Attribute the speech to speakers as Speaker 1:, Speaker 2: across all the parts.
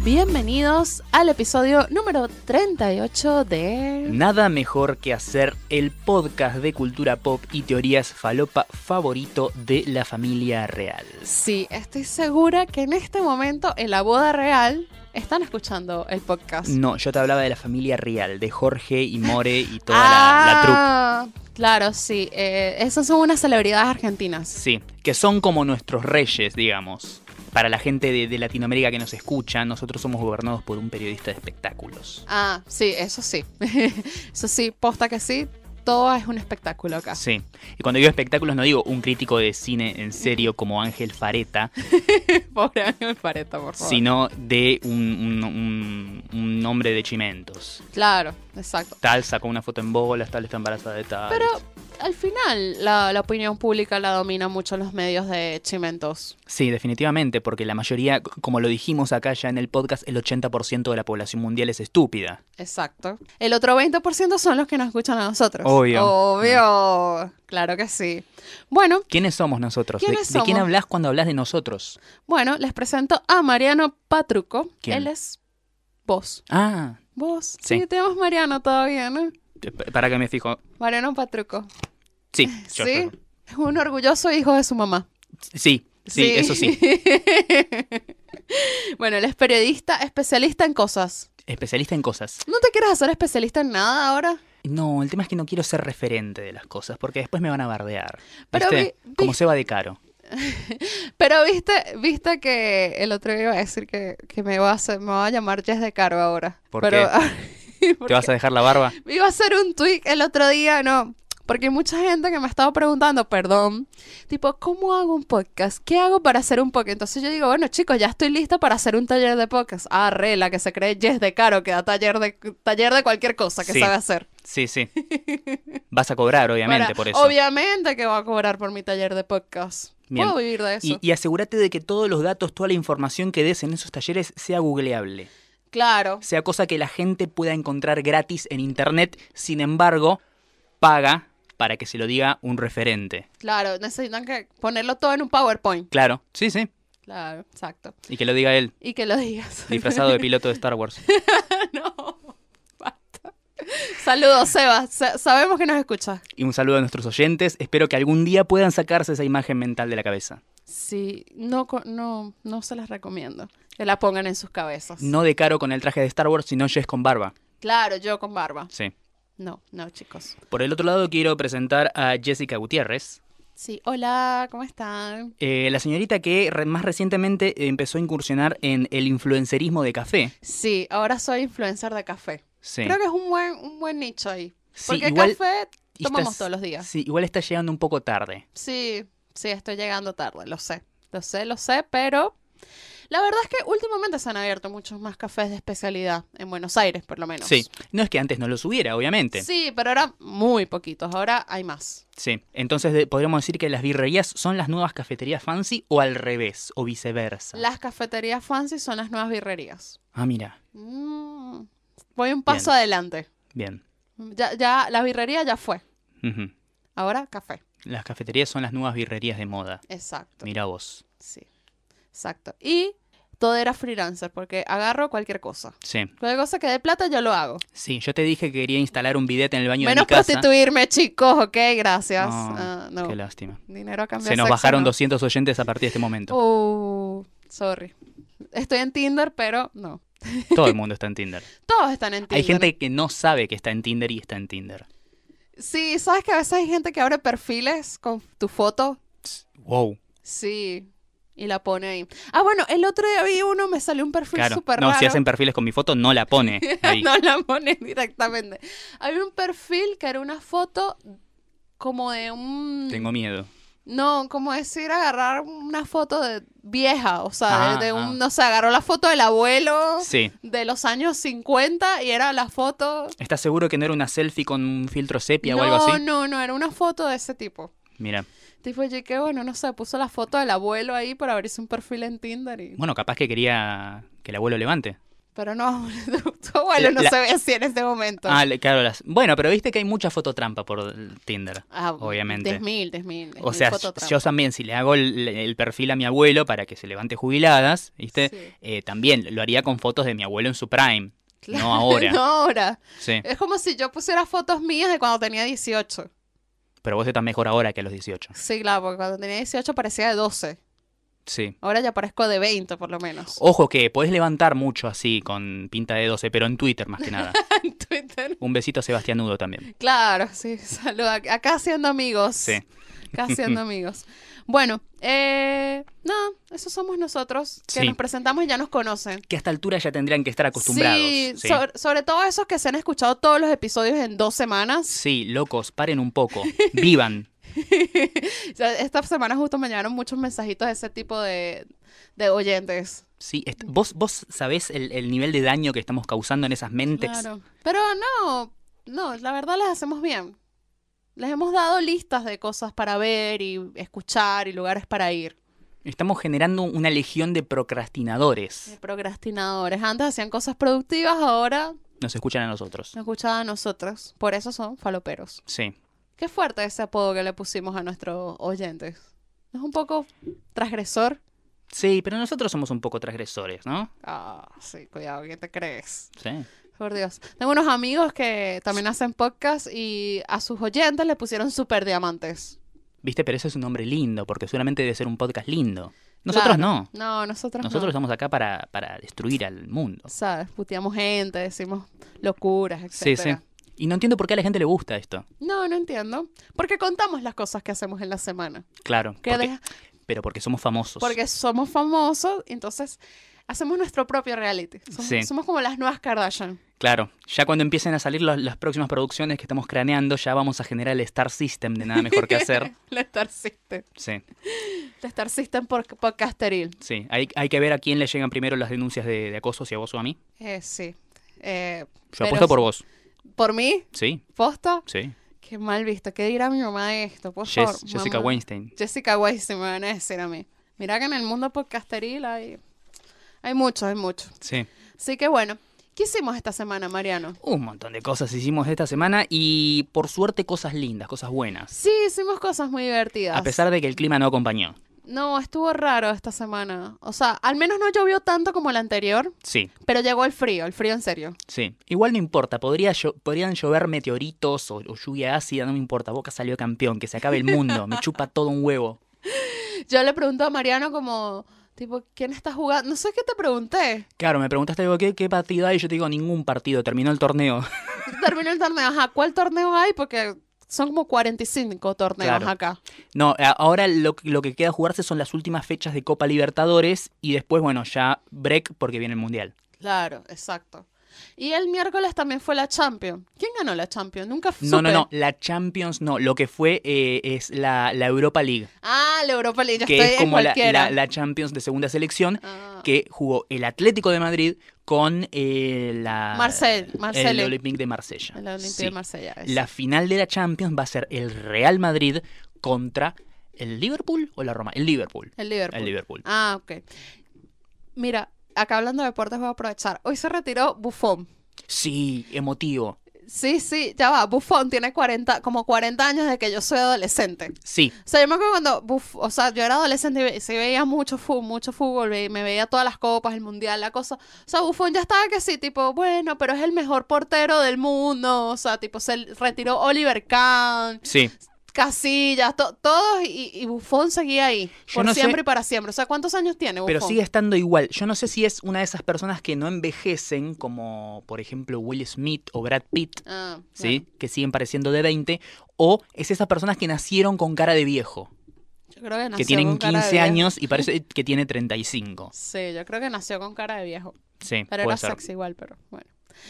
Speaker 1: Bienvenidos al episodio número 38 de...
Speaker 2: Nada mejor que hacer el podcast de cultura pop y teorías falopa favorito de la familia real.
Speaker 1: Sí, estoy segura que en este momento en la boda real están escuchando el podcast.
Speaker 2: No, yo te hablaba de la familia real, de Jorge y More y toda la, la troupe.
Speaker 1: Ah, Claro, sí. Eh, esas son unas celebridades argentinas.
Speaker 2: Sí, que son como nuestros reyes, digamos. Para la gente de, de Latinoamérica que nos escucha, nosotros somos gobernados por un periodista de espectáculos.
Speaker 1: Ah, sí, eso sí. eso sí, posta que sí. Todo es un espectáculo acá.
Speaker 2: Sí, y cuando digo espectáculos no digo un crítico de cine en serio como Ángel Fareta,
Speaker 1: Pobre Ángel Pareta, por favor.
Speaker 2: sino de un, un- un- un hombre de chimentos.
Speaker 1: Claro, exacto.
Speaker 2: Tal sacó una foto en bolas, tal está embarazada de tal.
Speaker 1: Pero al final la, la opinión pública la dominan mucho los medios de Chimentos.
Speaker 2: Sí, definitivamente, porque la mayoría, c- como lo dijimos acá ya en el podcast, el 80% de la población mundial es estúpida.
Speaker 1: Exacto. El otro 20% son los que nos escuchan a nosotros.
Speaker 2: Obvio.
Speaker 1: Obvio. Claro que sí. Bueno,
Speaker 2: ¿Quiénes somos nosotros? ¿De-
Speaker 1: ¿Quiénes
Speaker 2: ¿De, quién
Speaker 1: somos?
Speaker 2: hablas cuando hablas de nosotros?
Speaker 1: bueno, les presento a Mariano Patruco.
Speaker 2: ¿Quién?
Speaker 1: Él es vos.
Speaker 2: Ah,
Speaker 1: Vos. Sí.
Speaker 2: Sí.
Speaker 1: te llamas Mariano todavía, ¿no?
Speaker 2: p- para que me fijo.
Speaker 1: Mariano Patruco.
Speaker 2: Sí, yo-
Speaker 1: ¿Sí? Es un orgulloso hijo de su mamá.
Speaker 2: sí, sí, eso sí.
Speaker 1: bueno, él es periodista, especialista en cosas.
Speaker 2: Especialista en cosas.
Speaker 1: ¿No te quieres hacer especialista en nada ahora?
Speaker 2: No, el tema es que no quiero ser referente de las cosas, porque después me van a bardear.
Speaker 1: Pero
Speaker 2: ¿Viste?
Speaker 1: vi- vi-
Speaker 2: Como se va de caro.
Speaker 1: Pero viste, viste que el otro día iba a decir que, que me, va a hacer- me va a llamar Jess de Caro ahora.
Speaker 2: ¿Por
Speaker 1: Pero,
Speaker 2: ¿Te vas a dejar la barba?
Speaker 1: Me Iba a hacer un tweet el otro día, no. Porque hay mucha gente que me ha estado preguntando, perdón, tipo, ¿cómo hago un podcast? ¿Qué hago para hacer un podcast? Entonces yo digo, bueno, chicos, ya estoy lista para hacer un taller de podcast. Ah, re, la que se cree Jess de Caro, que da taller de, taller de cualquier cosa que
Speaker 2: Sí,
Speaker 1: sabe hacer.
Speaker 2: Sí, sí. Vas a cobrar, obviamente,
Speaker 1: Para-
Speaker 2: por eso.
Speaker 1: Obviamente que va a cobrar por mi taller de podcast.
Speaker 2: Bien.
Speaker 1: Puedo vivir de eso.
Speaker 2: Y, y asegúrate de que todos los datos, toda la información que des en esos talleres sea googleable.
Speaker 1: Claro.
Speaker 2: Sea cosa que la gente pueda encontrar gratis en internet. Sin embargo, paga para que se lo diga un referente.
Speaker 1: Claro, necesitan que ponerlo todo en un PowerPoint.
Speaker 2: Claro, sí, sí.
Speaker 1: Claro, exacto.
Speaker 2: Y que lo diga él,
Speaker 1: Y que lo digas.
Speaker 2: disfrazado de piloto de Star Wars.
Speaker 1: No, basta. Saludos, Seba. Sa- sabemos que nos escuchas.
Speaker 2: Y un saludo a nuestros oyentes. Espero que algún día puedan sacarse esa imagen mental de la cabeza.
Speaker 1: Sí, no, co- no, no se las recomiendo. Que la pongan en sus cabezas.
Speaker 2: No de caro con el traje de Star Wars, sino Jess con barba.
Speaker 1: Claro, yo con barba.
Speaker 2: Sí.
Speaker 1: No, no, chicos.
Speaker 2: Por el otro lado, quiero presentar a Jessica Gutiérrez,
Speaker 1: Sí, hola, ¿cómo están?
Speaker 2: eh, la señorita que re- más recientemente empezó a incursionar en el influencerismo de café.
Speaker 1: Sí, ahora soy influencer de café.
Speaker 2: Sí.
Speaker 1: Creo que es un buen, un buen nicho ahí.
Speaker 2: Sí,
Speaker 1: Porque
Speaker 2: igual
Speaker 1: café
Speaker 2: estás-
Speaker 1: tomamos todos los días.
Speaker 2: Sí, igual está llegando un poco tarde.
Speaker 1: Sí, sí, estoy llegando tarde, lo sé. Lo sé, lo sé, pero la verdad es que últimamente se han abierto muchos más cafés de especialidad en Buenos Aires, por lo menos.
Speaker 2: Sí. No es que antes no lo subiera, obviamente. Sí.
Speaker 1: Sí, pero ahora muy poquitos, ahora hay más.
Speaker 2: Entonces de- podríamos decir que las birrerías son las nuevas cafeterías fancy o al revés, o viceversa.
Speaker 1: Las cafeterías fancy son las nuevas birrerías.
Speaker 2: Ah, mira.
Speaker 1: Mm, voy un paso
Speaker 2: Bien.
Speaker 1: adelante.
Speaker 2: Bien.
Speaker 1: Ya, ya, la birrería ya fue.
Speaker 2: Ujú.
Speaker 1: Ahora café.
Speaker 2: Las cafeterías son las nuevas birrerías de moda.
Speaker 1: Exacto.
Speaker 2: Mira vos.
Speaker 1: Sí. Exacto. Y todo era freelancer, porque agarro cualquier cosa.
Speaker 2: Sí.
Speaker 1: Cualquier cosa que dé plata, yo lo hago.
Speaker 2: Sí, yo te dije que quería instalar un bidet en el baño
Speaker 1: Menos
Speaker 2: de mi casa.
Speaker 1: prostituirme, chicos, ok, gracias.
Speaker 2: No,
Speaker 1: Ah, no.
Speaker 2: Qué lástima.
Speaker 1: Dinero a cambio
Speaker 2: Se
Speaker 1: de
Speaker 2: nos
Speaker 1: sexo,
Speaker 2: bajaron
Speaker 1: no.
Speaker 2: 200 oyentes a partir de este momento.
Speaker 1: Uh, sorry. Estoy en Tinder, pero no.
Speaker 2: Todo el mundo está en Tinder.
Speaker 1: Todos están en Tinder.
Speaker 2: Hay gente que no sabe que está en Tinder y está en Tinder.
Speaker 1: Sí, sabes que a veces hay gente que abre perfiles con tu foto.
Speaker 2: Wow.
Speaker 1: Sí. Y la pone ahí. Ah, bueno, el otro día vi uno, me salió un perfil
Speaker 2: Claro.
Speaker 1: súper
Speaker 2: No,
Speaker 1: raro.
Speaker 2: si hacen perfiles con mi foto, no la pone ahí.
Speaker 1: no la pone directamente. Había un perfil que era una foto como de un...
Speaker 2: Tengo miedo.
Speaker 1: No, como decir agarrar una foto de vieja, o sea,
Speaker 2: Ah,
Speaker 1: de, de un,
Speaker 2: ah.
Speaker 1: no sé, agarró la foto del abuelo
Speaker 2: Sí.
Speaker 1: de los años 50 y era la foto...
Speaker 2: ¿Estás seguro que no era una selfie con un filtro sepia o
Speaker 1: no,
Speaker 2: algo así?
Speaker 1: no, no, era una foto de ese tipo.
Speaker 2: Mira.
Speaker 1: Tipo, oye, que bueno, no sé, puso la foto del abuelo ahí para abrirse un perfil en Tinder y...
Speaker 2: Bueno, capaz que quería que el abuelo levante.
Speaker 1: Pero no, tu abuelo no
Speaker 2: La-
Speaker 1: se ve así en este momento.
Speaker 2: Ah, le- claro, las... Bueno, pero viste que hay mucha fototrampa por Tinder,
Speaker 1: Ah,
Speaker 2: obviamente.
Speaker 1: 10.000, 10.000.
Speaker 2: O sea, yo también, si le hago el, el perfil a mi abuelo para que se levante jubiladas, ¿viste?
Speaker 1: Sí.
Speaker 2: Eh, también lo haría con fotos de mi abuelo en su prime. No ahora.
Speaker 1: no ahora.
Speaker 2: Sí.
Speaker 1: Es como si yo pusiera fotos mías de cuando tenía 18.
Speaker 2: Pero vos estás mejor ahora que a los 18.
Speaker 1: Sí, claro, porque cuando tenía 18 parecía de 12.
Speaker 2: Sí.
Speaker 1: Ahora ya parezco de 20, por lo menos.
Speaker 2: Ojo que podés levantar mucho así, con pinta de 12, pero en Twitter más que nada.
Speaker 1: En Twitter.
Speaker 2: Un besito a Sebastián Nudo también.
Speaker 1: Claro, sí, saluda. Acá siendo amigos.
Speaker 2: Sí.
Speaker 1: Acá siendo amigos. Bueno, eh, no, esos somos nosotros que
Speaker 2: Sí.
Speaker 1: nos presentamos y ya nos conocen.
Speaker 2: Que a esta altura ya tendrían que estar acostumbrados.
Speaker 1: Sí,
Speaker 2: Sí.
Speaker 1: Sobre, sobre todo esos que se han escuchado todos los episodios en dos semanas.
Speaker 2: Sí, locos, paren un poco. Vivan.
Speaker 1: O sea, Esta semana justo me llegaron muchos mensajitos de ese tipo de, de oyentes.
Speaker 2: Sí, est- vos, vos sabés el, el nivel de daño que estamos causando en esas mentes.
Speaker 1: Claro. Pero no, no, la verdad las hacemos bien. Les hemos dado listas de cosas para ver y escuchar y lugares para ir.
Speaker 2: Estamos generando una legión de
Speaker 1: De
Speaker 2: procrastinadores.
Speaker 1: Eh, procrastinadores. Antes hacían cosas productivas, ahora
Speaker 2: Nos escuchan a nosotros.
Speaker 1: no escuchaban a nosotros. Por eso son faloperos.
Speaker 2: Sí.
Speaker 1: Qué fuerte ese apodo que le pusimos a nuestros oyentes. ¿No es un poco transgresor?
Speaker 2: Sí, pero nosotros somos un poco transgresores, ¿no?
Speaker 1: Ah, sí, cuidado, ¿qué te crees?
Speaker 2: Sí.
Speaker 1: Por Dios. Tengo unos amigos que también hacen podcast y a sus oyentes le pusieron super diamantes.
Speaker 2: Viste, pero ese es un nombre lindo, porque seguramente debe ser un podcast lindo. Nosotros
Speaker 1: Claro.
Speaker 2: no.
Speaker 1: No, nosotros,
Speaker 2: Nosotros
Speaker 1: no.
Speaker 2: estamos acá para, para destruir al mundo.
Speaker 1: ¿Sabes? Puteamos gente, decimos locuras,
Speaker 2: Sí,
Speaker 1: etcétera.
Speaker 2: sí. Y no entiendo por qué a la gente le gusta esto.
Speaker 1: No, no entiendo. Porque contamos las cosas que hacemos en la semana.
Speaker 2: Claro.
Speaker 1: Que
Speaker 2: porque-
Speaker 1: deja-
Speaker 2: Pero porque somos famosos.
Speaker 1: Porque somos famosos, entonces hacemos nuestro propio reality. Somos,
Speaker 2: Sí.
Speaker 1: somos como las nuevas Kardashian.
Speaker 2: Claro. Ya cuando empiecen a salir los- las próximas producciones que estamos craneando, ya vamos a generar el Star System de nada mejor que hacer.
Speaker 1: La Star System.
Speaker 2: Sí,
Speaker 1: La Star System por, podcasteril.
Speaker 2: sí. Hay, hay que ver a quién le llegan primero las denuncias de, de acoso, si a vos o a mí.
Speaker 1: Eh, sí. Eh,
Speaker 2: Yo
Speaker 1: Pero
Speaker 2: apuesto por
Speaker 1: sí.
Speaker 2: vos.
Speaker 1: por mí,
Speaker 2: Sí,
Speaker 1: posta,
Speaker 2: sí.
Speaker 1: qué mal visto. ¿Qué dirá mi mamá de esto? Por favor.
Speaker 2: Jess- Jessica
Speaker 1: mamá.
Speaker 2: Weinstein.
Speaker 1: Jessica Weinstein me van a decir a mí. Mira que en el mundo podcasteril hay, hay mucho, hay mucho.
Speaker 2: Sí.
Speaker 1: Así que bueno, ¿qué hicimos esta semana, Mariano?
Speaker 2: Un montón de cosas hicimos esta semana y por suerte cosas lindas, cosas buenas.
Speaker 1: Sí, hicimos cosas muy divertidas.
Speaker 2: A pesar de que el clima no acompañó.
Speaker 1: No, estuvo raro esta semana. O sea, al menos no llovió tanto como la anterior,
Speaker 2: Sí,
Speaker 1: pero llegó el frío, el frío en serio.
Speaker 2: sí. Igual no importa, podría llo- podrían llover meteoritos o, o lluvia ácida, no me importa. Boca salió campeón, que se acabe el mundo, me chupa todo un huevo.
Speaker 1: Yo le pregunto a Mariano como, tipo, ¿quién está jugando? No sé qué te pregunté.
Speaker 2: Claro, me preguntaste, digo, ¿qué, qué partido hay? Yo te digo, ningún partido, terminó el torneo.
Speaker 1: Terminó el torneo, ajá, ¿cuál torneo hay? Porque son como 45 torneos
Speaker 2: Claro.
Speaker 1: acá.
Speaker 2: No, a- ahora lo, que- lo que queda jugarse son las últimas fechas de Copa Libertadores y después, bueno, ya break porque viene el Mundial.
Speaker 1: Claro, exacto. Y el miércoles también fue la Champions. ¿Quién ganó la Champions? Nunca supe.
Speaker 2: No, no, no, la Champions no, lo que fue eh, es la, la Europa League,
Speaker 1: Ah, la Europa League. Yo
Speaker 2: que
Speaker 1: estoy
Speaker 2: es
Speaker 1: en
Speaker 2: como la,
Speaker 1: cualquiera.
Speaker 2: la- la Champions de segunda selección,
Speaker 1: Ah.
Speaker 2: que jugó el Atlético de Madrid con eh, la...
Speaker 1: Marsell- Marsella.
Speaker 2: El Olympique de Marsella.
Speaker 1: La Olimpia
Speaker 2: Sí.
Speaker 1: de Marsella. es.
Speaker 2: La final de la Champions va a ser el Real Madrid contra el Liverpool o la Roma. El Liverpool.
Speaker 1: El Liverpool.
Speaker 2: El Liverpool.
Speaker 1: Ah, ok. Mira, acá hablando de deportes voy a aprovechar. Hoy se retiró Buffon.
Speaker 2: Sí, emotivo.
Speaker 1: Sí, sí, ya va. Buffon tiene 40, como 40 años de que yo soy adolescente.
Speaker 2: Sí,
Speaker 1: O sea, yo me acuerdo cuando, Buff- o sea, yo era adolescente y ve- sí veía mucho fútbol, mucho fútbol, ve- me veía todas las copas, el mundial, la cosa. O sea, Buffon ya estaba que sí, tipo, bueno, pero es el mejor portero del mundo. O sea, tipo, se retiró Oliver Kahn,
Speaker 2: sí.
Speaker 1: Casillas, to- todos y, y Buffon seguía ahí.
Speaker 2: Yo
Speaker 1: Por
Speaker 2: no sé-
Speaker 1: siempre y para siempre. O sea, ¿cuántos años tiene Buffon?
Speaker 2: Pero sigue estando igual. Yo no sé si es una de esas personas que no envejecen, como por ejemplo Will Smith o Brad Pitt,
Speaker 1: Ah,
Speaker 2: ¿sí? Que siguen pareciendo de 20, o es esas personas que nacieron con cara de viejo,
Speaker 1: Yo creo que nació
Speaker 2: que tienen
Speaker 1: con cara de
Speaker 2: 15
Speaker 1: viejo.
Speaker 2: años y parece que tiene 35.
Speaker 1: Sí, yo creo que nació con cara de viejo.
Speaker 2: Sí,
Speaker 1: Pero era
Speaker 2: puede ser.
Speaker 1: sexy igual, pero bueno.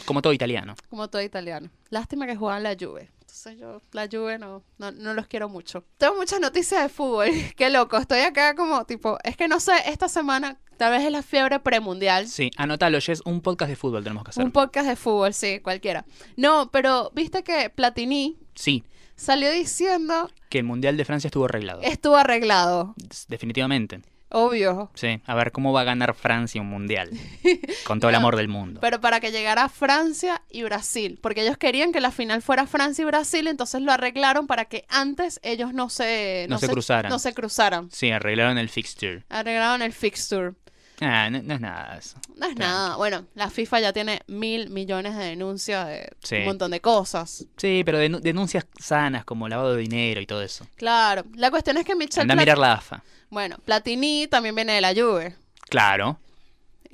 Speaker 2: Como todo italiano.
Speaker 1: Como todo italiano. Lástima que jugaban la Juve. Entonces yo, la Juve no, no, no los quiero mucho. Tengo muchas noticias de fútbol. Qué loco. Estoy acá como tipo, es que no sé, esta semana tal vez es la fiebre premundial.
Speaker 2: Sí, anotalo, es un podcast de fútbol tenemos que hacer.
Speaker 1: Un podcast de fútbol, sí, cualquiera. No, pero viste que Platini
Speaker 2: sí,
Speaker 1: salió diciendo
Speaker 2: que el Mundial de Francia estuvo arreglado.
Speaker 1: estuvo arreglado.
Speaker 2: Definitivamente.
Speaker 1: obvio.
Speaker 2: Sí, a ver cómo va a ganar Francia un mundial. Con todo el
Speaker 1: No,
Speaker 2: amor del mundo.
Speaker 1: Pero para que llegara Francia y Brasil, porque ellos querían que la final fuera Francia y Brasil, entonces lo arreglaron para que antes ellos no se,
Speaker 2: No se cruzaran.
Speaker 1: No se cruzaran.
Speaker 2: Sí, arreglaron el fixture.
Speaker 1: Arreglaron el fixture.
Speaker 2: Ah, no, no es nada eso.
Speaker 1: No es
Speaker 2: Tranqui.
Speaker 1: nada. Bueno, la FIFA ya tiene mil millones de denuncias de
Speaker 2: Sí.
Speaker 1: un montón de cosas.
Speaker 2: Sí, pero denu- denuncias sanas como lavado de dinero y todo eso.
Speaker 1: Claro. La cuestión es que Michel
Speaker 2: Anda a
Speaker 1: Plat-
Speaker 2: mirar la AFA.
Speaker 1: Bueno, Platini también viene de la Juve.
Speaker 2: Claro,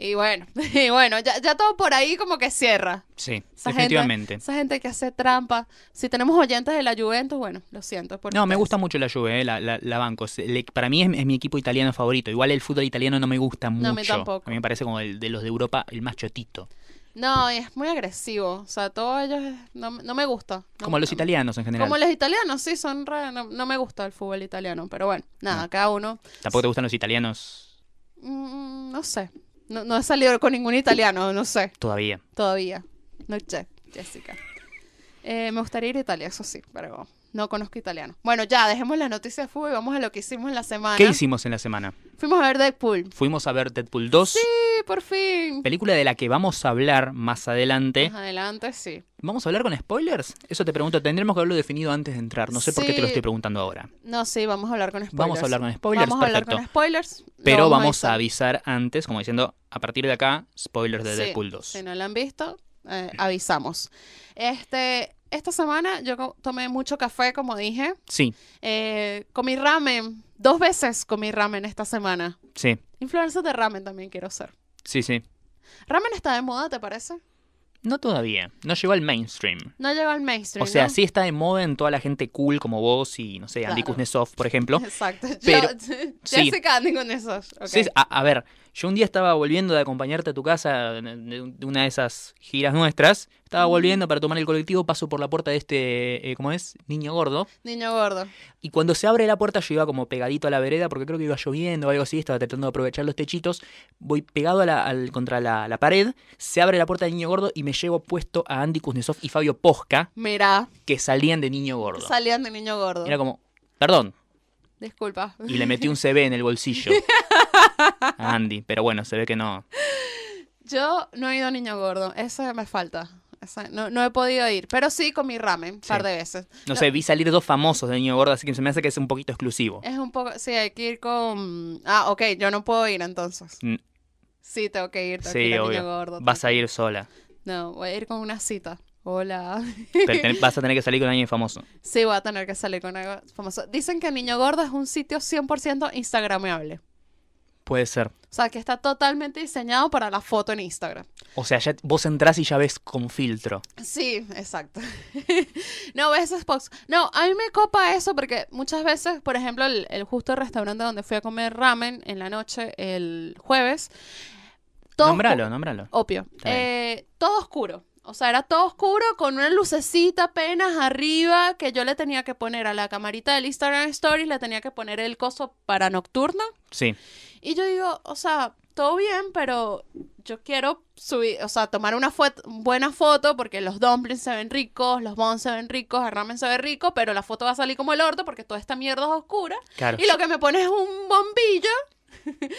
Speaker 1: Y bueno, y bueno, ya, ya todo por ahí como que cierra.
Speaker 2: sí,
Speaker 1: Esa
Speaker 2: definitivamente.
Speaker 1: Gente, esa gente que hace trampa. Si tenemos oyentes de la Juventus, bueno, lo siento. por
Speaker 2: No, me
Speaker 1: ustedes.
Speaker 2: gusta mucho la Juve, eh, la, la, la banco. Se- le- para mí es, es mi equipo italiano favorito. Igual el fútbol italiano no me gusta mucho.
Speaker 1: a mí tampoco.
Speaker 2: A mí me parece como el de los de Europa el más chotito.
Speaker 1: No, y es muy agresivo. O sea, todos ellos es- no, no me gusta. No-
Speaker 2: como los
Speaker 1: no-
Speaker 2: italianos en general.
Speaker 1: Como los italianos, sí, son re- no, no me gusta el fútbol italiano. Pero bueno, nada,
Speaker 2: No.
Speaker 1: cada uno.
Speaker 2: Tampoco te gustan los italianos
Speaker 1: Mm, no sé. No, no he salido con ningún italiano, no sé,
Speaker 2: todavía.
Speaker 1: todavía. No sé, Jessica. Eh, me gustaría ir a Italia, eso sí, pero no conozco italiano. Bueno, ya, dejemos las noticias de fútbol y vamos a lo que hicimos en la semana.
Speaker 2: ¿Qué hicimos en la semana?
Speaker 1: Fuimos a ver Deadpool.
Speaker 2: Fuimos a ver Deadpool 2,
Speaker 1: Sí, por fin.
Speaker 2: película de la que vamos a hablar más adelante.
Speaker 1: Más adelante, sí.
Speaker 2: ¿Vamos a hablar con spoilers? Eso te pregunto, tendremos que haberlo definido antes de entrar. No sé por qué te lo
Speaker 1: Sí.
Speaker 2: estoy preguntando ahora.
Speaker 1: No, sí, vamos a hablar con spoilers.
Speaker 2: Vamos a hablar con spoilers,
Speaker 1: Vamos a hablar
Speaker 2: perfecto.
Speaker 1: con spoilers. lo
Speaker 2: Pero vamos a
Speaker 1: avisar.
Speaker 2: avisar antes, como diciendo, a partir de acá, spoilers de
Speaker 1: Sí,
Speaker 2: Deadpool 2.
Speaker 1: Si no lo han visto, eh, avisamos. Este, esta semana yo co- tomé mucho café, como dije.
Speaker 2: Sí,
Speaker 1: Eh, comí ramen. Dos veces comí ramen esta semana.
Speaker 2: sí,
Speaker 1: Influencer de ramen también quiero ser.
Speaker 2: sí, sí.
Speaker 1: Ramen está de moda, ¿te parece?
Speaker 2: No todavía. No llegó al mainstream.
Speaker 1: No llegó al mainstream.
Speaker 2: O sea,
Speaker 1: ¿no?
Speaker 2: sí está de moda en toda la gente cool como vos y, no sé, Andy
Speaker 1: Claro.
Speaker 2: Kuznetsov, por ejemplo.
Speaker 1: Exacto. Yo-
Speaker 2: Pero-
Speaker 1: Jessica Andy con esos. ok.
Speaker 2: Sí, a, a ver, yo un día estaba volviendo de acompañarte a tu casa de, de una de esas giras nuestras. Estaba
Speaker 1: Ujú.
Speaker 2: volviendo para tomar el colectivo, paso por la puerta de este, eh, ¿cómo es? Niño gordo.
Speaker 1: Niño gordo.
Speaker 2: Y cuando se abre la puerta, yo iba como pegadito a la vereda, porque creo que iba lloviendo o algo así, estaba tratando de aprovechar los techitos. Voy pegado a la- al, contra la, la pared, se abre la puerta de Niño Gordo y me llevo puesto a Andy Kuznetsov y Fabio Posca,
Speaker 1: Mira,
Speaker 2: que salían de Niño Gordo.
Speaker 1: salían de niño gordo.
Speaker 2: Era como, perdón,
Speaker 1: Disculpa.
Speaker 2: y le metí un CB en el bolsillo a Andy, pero bueno, se ve que no.
Speaker 1: Yo no he ido a Niño Gordo, ese me falta. Ese- no, no he podido ir, pero sí comí ramen un par
Speaker 2: Sí.
Speaker 1: de veces.
Speaker 2: No sé, vi salir dos famosos de Niño Gordo, así que se me hace que es un poquito exclusivo.
Speaker 1: Es un poco, sí, hay que ir con... Ah, ok, yo no puedo ir entonces.
Speaker 2: Mm.
Speaker 1: Sí, tengo que ir, tengo que
Speaker 2: Sí,
Speaker 1: ir a
Speaker 2: obvio.
Speaker 1: Niño Gordo.
Speaker 2: Vas a ir sola,
Speaker 1: No, voy a ir con una cita. Hola.
Speaker 2: pero ten- vas a tener que salir con alguien famoso.
Speaker 1: Sí, voy a tener que salir con algo famoso. Dicen que Niño Gordo es un sitio 100% instagrameable.
Speaker 2: Puede ser.
Speaker 1: O sea, que está totalmente diseñado para la foto en Instagram.
Speaker 2: O sea, ya vos entrás y ya ves con filtro.
Speaker 1: Sí, exacto. no, ves esos posts. No, a mí me copa eso porque muchas veces, por ejemplo, el, el justo restaurante donde fui a comer ramen en la noche el jueves. todo
Speaker 2: Nómbralo,
Speaker 1: oscu-
Speaker 2: nómbralo.
Speaker 1: Obvio.
Speaker 2: Está bien.
Speaker 1: Eh, todo oscuro. O sea, era todo oscuro con una lucecita apenas arriba que yo le tenía que poner a la camarita del Instagram Stories, le tenía que poner el coso para nocturno.
Speaker 2: Sí.
Speaker 1: Y yo digo, o sea, todo bien, pero yo quiero subir, o sea, tomar una fue- buena foto porque los dumplings se ven ricos, los buns se ven ricos, el ramen se ve rico, pero la foto va a salir como el orto porque toda esta mierda es oscura.
Speaker 2: Claro.
Speaker 1: Y lo que me pone es un bombillo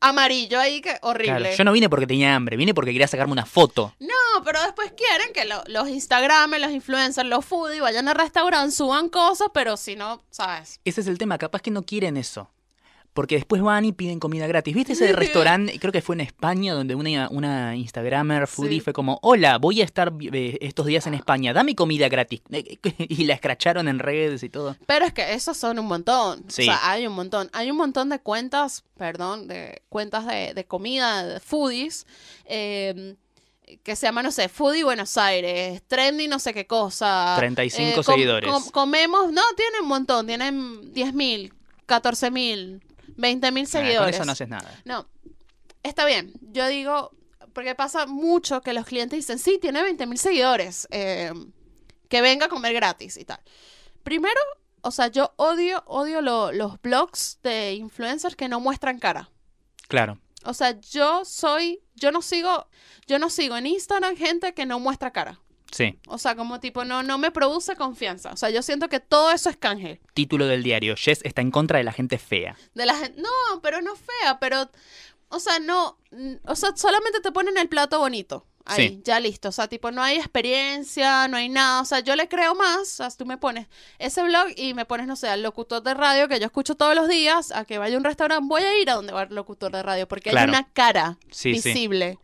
Speaker 1: amarillo ahí que horrible.
Speaker 2: Claro, Yo no vine porque tenía hambre, vine porque quería sacarme una foto.
Speaker 1: No, pero después quieren que lo- los Instagram, los influencers, los foodies vayan al restaurante, suban cosas, pero si no, ¿sabes?
Speaker 2: Ese es el tema, capaz que no quieren eso. Porque después van y piden comida gratis. ¿Viste ese restaurante? Creo que fue en España, donde una, una Instagrammer foodie
Speaker 1: Sí.
Speaker 2: fue como: Hola, voy a estar eh, estos días en España, dame comida gratis. Y la escracharon en redes y todo.
Speaker 1: Pero es que esos son un montón.
Speaker 2: Sí.
Speaker 1: O sea, hay un montón. Hay un montón de cuentas, perdón, de cuentas de, de comida, de foodies, eh, que se llaman, no sé, Foodie Buenos Aires, Trendy no sé qué cosa. Eh,
Speaker 2: 35
Speaker 1: com-
Speaker 2: seguidores.
Speaker 1: com- comemos, no, tienen un montón, tienen 10 mil, 14 mil, 20 mil
Speaker 2: Ah,
Speaker 1: seguidores.
Speaker 2: con eso no haces nada.
Speaker 1: No, está bien. Yo digo, porque pasa mucho que los clientes dicen, sí, tiene 20 mil seguidores, eh, que venga a comer gratis y tal. Primero, o sea, yo odio, odio lo- los blogs de influencers que no muestran cara.
Speaker 2: Claro.
Speaker 1: O sea, yo soy, yo no sigo, yo no sigo en Instagram gente que no muestra cara.
Speaker 2: Sí.
Speaker 1: O sea, como tipo, no, no me produce confianza. O sea, yo siento que todo eso es canje.
Speaker 2: Título del diario. Jess está en contra de la gente fea.
Speaker 1: De la gente, no, pero no fea, pero, o sea, no, mm, o sea, solamente te ponen el plato bonito. Ahí,
Speaker 2: Sí.
Speaker 1: ya listo. O sea, tipo, no hay experiencia, no hay nada. O sea, yo le creo más. O sea, tú me pones ese blog y me pones, no sé, al locutor de radio que yo escucho todos los días, a que vaya a un restaurante, voy a ir a donde va el locutor de radio, porque hay
Speaker 2: Claro.
Speaker 1: una cara
Speaker 2: Sí, sí.
Speaker 1: visible.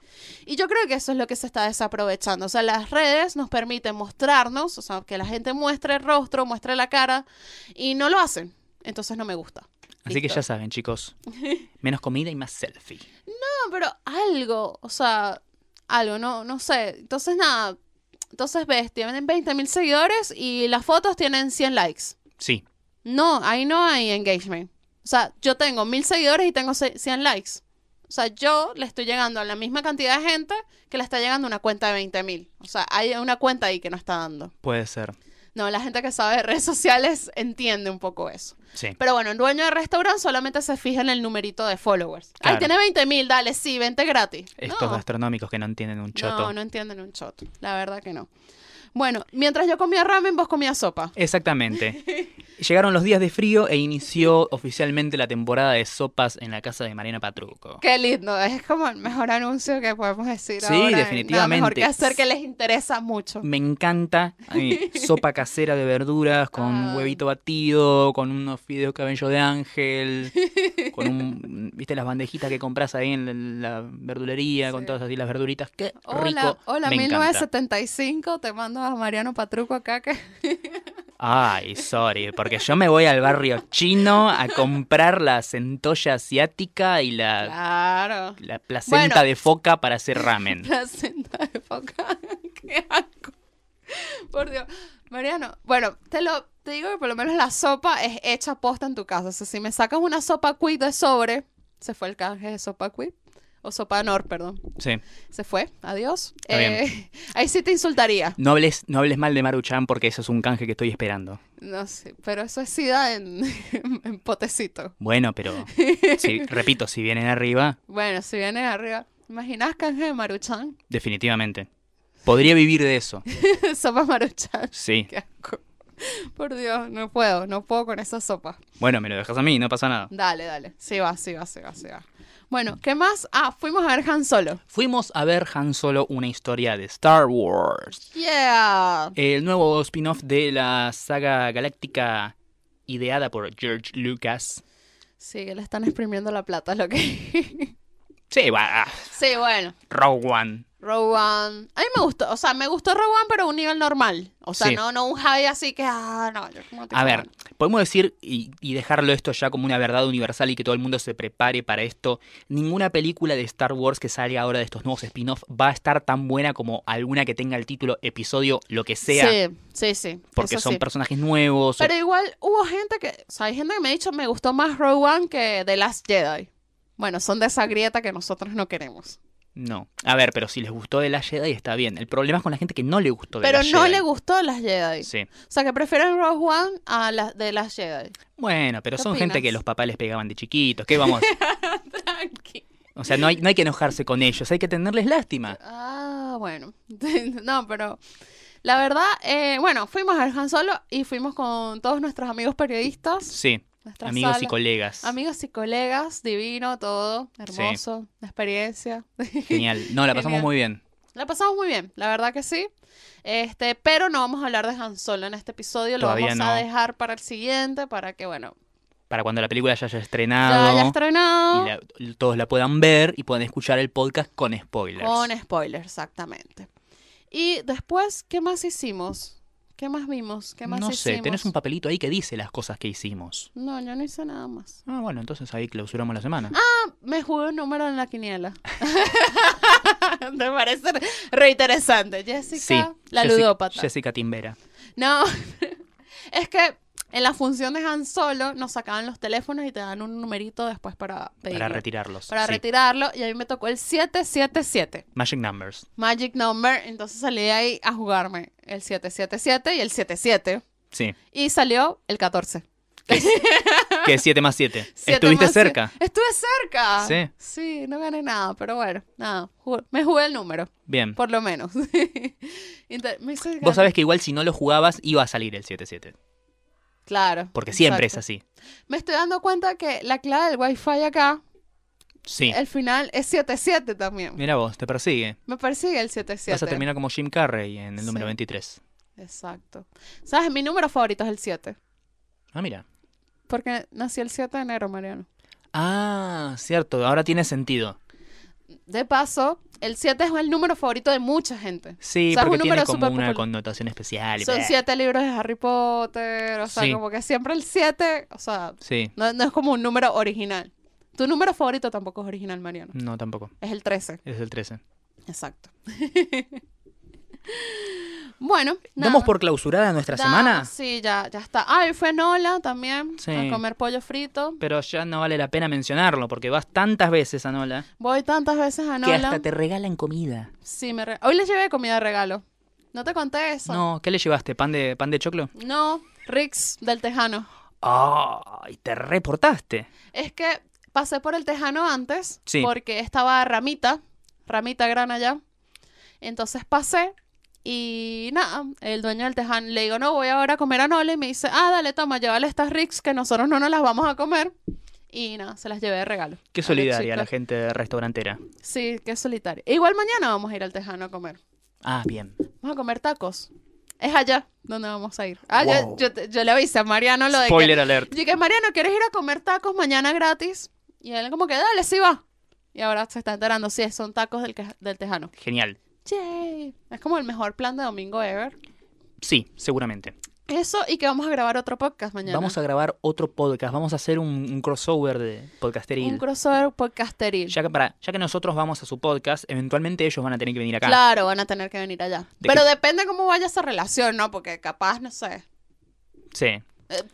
Speaker 1: Y yo creo que eso es lo que se está desaprovechando. O sea, las redes nos permiten mostrarnos, o sea, que la gente muestre el rostro, muestre la cara, y no lo hacen. Entonces no me gusta.
Speaker 2: Así que
Speaker 1: Listo.
Speaker 2: ya saben, chicos. Menos comida y más selfie.
Speaker 1: No, pero algo, o sea, algo, no, no sé. Entonces nada, entonces ves, tienen 20 mil seguidores y las fotos tienen 100 likes.
Speaker 2: Sí.
Speaker 1: No, ahí no hay engagement. O sea, yo tengo mil seguidores y tengo ce- 100 likes. O sea, yo le estoy llegando a la misma cantidad de gente que le está llegando una cuenta de 20 mil. O sea, hay una cuenta ahí que no está dando.
Speaker 2: Puede ser.
Speaker 1: No, la gente que sabe de redes sociales entiende un poco eso.
Speaker 2: Sí.
Speaker 1: Pero bueno, el dueño de restaurante solamente se fija en el numerito de followers.
Speaker 2: Claro.
Speaker 1: Ay, tiene 20 mil, dale, sí, vente gratis.
Speaker 2: Estos
Speaker 1: no,
Speaker 2: gastronómicos que no entienden un choto.
Speaker 1: no, no entienden un choto. La verdad que no. Bueno, mientras yo comía ramen, vos comías sopa.
Speaker 2: Exactamente. Llegaron los días de frío e inició oficialmente la temporada de sopas en la casa de Mariana Patruco.
Speaker 1: Qué lindo, es como el mejor anuncio que podemos decir
Speaker 2: Sí,
Speaker 1: ahora. Nada
Speaker 2: definitivamente. Mm,
Speaker 1: mejor que hacer que les interesa mucho.
Speaker 2: Me encanta eh, sopa casera de verduras con
Speaker 1: Ah.
Speaker 2: huevito batido, con unos fideos cabello de ángel, con un, viste las bandejitas que compras ahí en la la verdulería, con
Speaker 1: Sí.
Speaker 2: todas así las verduritas. Qué rico.
Speaker 1: Hola, hola
Speaker 2: Me encanta.
Speaker 1: 1975, te mando a Mariano Patruco acá que
Speaker 2: Ay, sorry, porque yo me voy al barrio chino a comprar la centolla asiática y la,
Speaker 1: claro.
Speaker 2: la placenta
Speaker 1: Bueno.
Speaker 2: de foca para hacer ramen.
Speaker 1: Placenta de foca. Qué asco. Por Dios. Mariano, bueno, te lo te digo que por lo menos la sopa es hecha posta en tu casa. O sea, si me sacas una sopa quit de sobre, se fue el canje de sopa quit o sopa nor, perdón.
Speaker 2: Sí.
Speaker 1: Se fue, adiós.
Speaker 2: Está bien.
Speaker 1: Eh, ahí sí te insultaría.
Speaker 2: No hables, no hables mal de Maruchan porque eso es un canje que estoy esperando.
Speaker 1: No sé, pero eso es sida en, en potecito.
Speaker 2: Bueno, pero si- repito, si vienen arriba,
Speaker 1: Bueno, si vienes arriba, ¿imaginas canje de Maruchan?
Speaker 2: definitivamente. Podría vivir de eso.
Speaker 1: Sopa Maruchan.
Speaker 2: Sí.
Speaker 1: Qué asco. Por Dios, no puedo, no puedo con esa sopa.
Speaker 2: Bueno, me lo dejas a mí, no pasa nada.
Speaker 1: Dale, dale. Sí va, sí va, sí va, sí va. Bueno, ¿qué más? Ah, fuimos a ver Han Solo.
Speaker 2: Fuimos a ver Han Solo, una historia de Star Wars.
Speaker 1: Yeah.
Speaker 2: El nuevo spin-off de la saga galáctica ideada por George Lucas.
Speaker 1: Sí, que le están exprimiendo la plata, es lo que.
Speaker 2: Sí, va. ah,
Speaker 1: sí, bueno.
Speaker 2: Rogue One.
Speaker 1: Rogue One. A mí me gustó, o sea, me gustó Rogue One, pero a un nivel normal. O sea,
Speaker 2: Sí.
Speaker 1: no, no un Javi así que, ah, no. yo como tipo,
Speaker 2: A ver,
Speaker 1: bueno.
Speaker 2: podemos decir y, y dejarlo esto ya como una verdad universal y que todo el mundo se prepare para esto. Ninguna película de Star Wars que salga ahora de estos nuevos spin-off va a estar tan buena como alguna que tenga el título episodio lo que sea,
Speaker 1: sí, sí, sí.
Speaker 2: ah. porque
Speaker 1: eso
Speaker 2: son
Speaker 1: sí.
Speaker 2: personajes nuevos. o-
Speaker 1: Pero igual hubo gente que, o sea, hay gente que me ha dicho, me gustó más Rogue One que The Last Jedi. Bueno, son de esa grieta que nosotros no queremos.
Speaker 2: No. A ver, pero si les gustó de la Jedi está bien. El problema es con la gente que no le gustó de
Speaker 1: Pero
Speaker 2: la
Speaker 1: no
Speaker 2: Jedi.
Speaker 1: le gustó Las Jedi.
Speaker 2: Sí.
Speaker 1: O sea, que prefieren Rogue One a la, The Last Jedi.
Speaker 2: Bueno, pero
Speaker 1: ¿Qué
Speaker 2: son gente
Speaker 1: opinas?
Speaker 2: que los papás les pegaban de chiquitos. ¿Qué vamos?
Speaker 1: Tranqui.
Speaker 2: o sea, no hay, no hay que enojarse con ellos, hay que tenerles lástima.
Speaker 1: Ah, bueno. no, pero la verdad, eh, bueno, fuimos al Han Solo y fuimos con todos nuestros amigos periodistas.
Speaker 2: Sí,
Speaker 1: nuestra
Speaker 2: amigos y
Speaker 1: sala.
Speaker 2: colegas.
Speaker 1: Amigos y colegas, divino todo, hermoso, la experiencia.
Speaker 2: Genial. No, la pasamos
Speaker 1: Genial.
Speaker 2: muy bien.
Speaker 1: La pasamos muy bien, la verdad que sí. Este, pero no vamos a hablar de Han Solo en este episodio, lo
Speaker 2: Todavía
Speaker 1: vamos
Speaker 2: no.
Speaker 1: a dejar para el siguiente, para que, bueno,
Speaker 2: para cuando la película ya haya
Speaker 1: ya
Speaker 2: estrenado
Speaker 1: haya
Speaker 2: y
Speaker 1: estrenado
Speaker 2: la- todos la puedan ver y puedan escuchar el podcast con spoilers.
Speaker 1: con spoilers, exactamente. Y después, ¿qué más hicimos? ¿Qué más vimos? ¿Qué más
Speaker 2: no sé,
Speaker 1: hicimos?
Speaker 2: tenés un papelito ahí que dice las cosas que hicimos.
Speaker 1: No, yo no hice nada más.
Speaker 2: Ah, bueno, entonces ahí clausuramos la semana.
Speaker 1: Ah, Me jugué un número en la quiniela. Me parece reinteresante. Jessica, la
Speaker 2: Jessica-
Speaker 1: ludópata.
Speaker 2: Jessica Timbera.
Speaker 1: No, es que en la función de Han Solo nos sacaban los teléfonos y te dan un numerito después para pedirlo.
Speaker 2: Para retirarlos.
Speaker 1: para
Speaker 2: sí.
Speaker 1: retirarlo. Y a mí me tocó el 777,
Speaker 2: Magic Numbers.
Speaker 1: Magic Number. Entonces salí de ahí a jugarme el 777 y el 77.
Speaker 2: Sí.
Speaker 1: Y salió el 14.
Speaker 2: Que es, que 7 más 7.
Speaker 1: Siete
Speaker 2: Estuviste
Speaker 1: más siete.
Speaker 2: cerca.
Speaker 1: Estuve cerca.
Speaker 2: Sí.
Speaker 1: Sí, no gané nada, pero bueno, nada. Ju- Me jugué el número,
Speaker 2: Bien.
Speaker 1: por lo menos. Inte- me hice ganar.
Speaker 2: Vos sabés que igual si no lo jugabas iba a salir el 7-7.
Speaker 1: Claro.
Speaker 2: Porque siempre
Speaker 1: exacto.
Speaker 2: es así.
Speaker 1: Me estoy dando cuenta que la clave del wifi acá,
Speaker 2: Sí.
Speaker 1: el final es 77 también.
Speaker 2: Mira vos, te persigue.
Speaker 1: Me persigue el 77.
Speaker 2: Vas a terminar como Jim Carrey en el número
Speaker 1: Sí.
Speaker 2: 23.
Speaker 1: Exacto. ¿Sabes? Mi número favorito es el 7.
Speaker 2: Ah, mira.
Speaker 1: Porque nací el 7 de enero, Mariano.
Speaker 2: Ah, cierto, ahora tiene sentido.
Speaker 1: De paso, el 7 es el número favorito de mucha gente.
Speaker 2: Sí,
Speaker 1: O sea, es un
Speaker 2: porque tiene
Speaker 1: número
Speaker 2: como
Speaker 1: súper
Speaker 2: una
Speaker 1: popular.
Speaker 2: connotación especial. y
Speaker 1: Son
Speaker 2: bleh.
Speaker 1: siete libros de Harry Potter, o sea,
Speaker 2: pues. Sí.
Speaker 1: como que siempre el 7, o sea,
Speaker 2: Sí,
Speaker 1: no, no es como un número original. Tu número favorito tampoco es original, Mariano.
Speaker 2: no, tampoco.
Speaker 1: Es el 13.
Speaker 2: Es el 13.
Speaker 1: Exacto. bueno,
Speaker 2: ¿Damos
Speaker 1: nada.
Speaker 2: por clausurada nuestra
Speaker 1: Damos,
Speaker 2: semana?
Speaker 1: Sí, ya, ya está. Ah, y fue Nola también
Speaker 2: Sí.
Speaker 1: a comer pollo frito.
Speaker 2: Pero ya no vale la pena mencionarlo porque vas tantas veces a Nola
Speaker 1: Voy tantas veces a
Speaker 2: que
Speaker 1: Nola.
Speaker 2: hasta te regalan comida.
Speaker 1: Sí, me re- Hoy les llevé comida de regalo. ¿No te conté eso?
Speaker 2: No, ¿qué le llevaste? ¿Pan de, pan de choclo?
Speaker 1: No, Rix del Tejano.
Speaker 2: ¡Ay! te reportaste.
Speaker 1: Es que pasé por el Tejano antes
Speaker 2: Sí.
Speaker 1: porque estaba Ramita, Ramita Gran allá. Entonces pasé y nada, el dueño del Tejano le digo, no, voy ahora a comer a Nola y me dice, ah, dale, toma, llévale estas Rix que nosotros no nos las vamos a comer. Y nada, se las llevé de regalo.
Speaker 2: Qué
Speaker 1: A la
Speaker 2: solidaria
Speaker 1: chica.
Speaker 2: la gente de restaurantera.
Speaker 1: Sí, qué solitario. Igual mañana vamos a ir al Tejano a comer.
Speaker 2: Ah, bien.
Speaker 1: Vamos a comer tacos. Es allá donde vamos a ir. Ah, yo-
Speaker 2: Wow.
Speaker 1: yo, te- yo le avisé a Mariano lo de que-
Speaker 2: Spoiler alert.
Speaker 1: Yo dije, Mariano, ¿quieres ir a comer tacos mañana gratis? Y él como que, dale, sí va. Y ahora se está enterando, sí, son tacos del, que- del tejano.
Speaker 2: Genial.
Speaker 1: Yay. Es como el mejor plan de domingo ever.
Speaker 2: Sí, seguramente.
Speaker 1: Eso y que vamos a grabar otro podcast mañana.
Speaker 2: Vamos a grabar otro podcast. Vamos a hacer un, un crossover de podcasteril.
Speaker 1: Un crossover podcasteril.
Speaker 2: ya que, para, ya que nosotros vamos a su podcast, eventualmente ellos van a tener que venir acá.
Speaker 1: Claro, van a tener que venir allá.
Speaker 2: De
Speaker 1: Pero
Speaker 2: que-
Speaker 1: depende cómo vaya esa relación, ¿no? Porque capaz, no sé.
Speaker 2: Sí.
Speaker 1: Eh,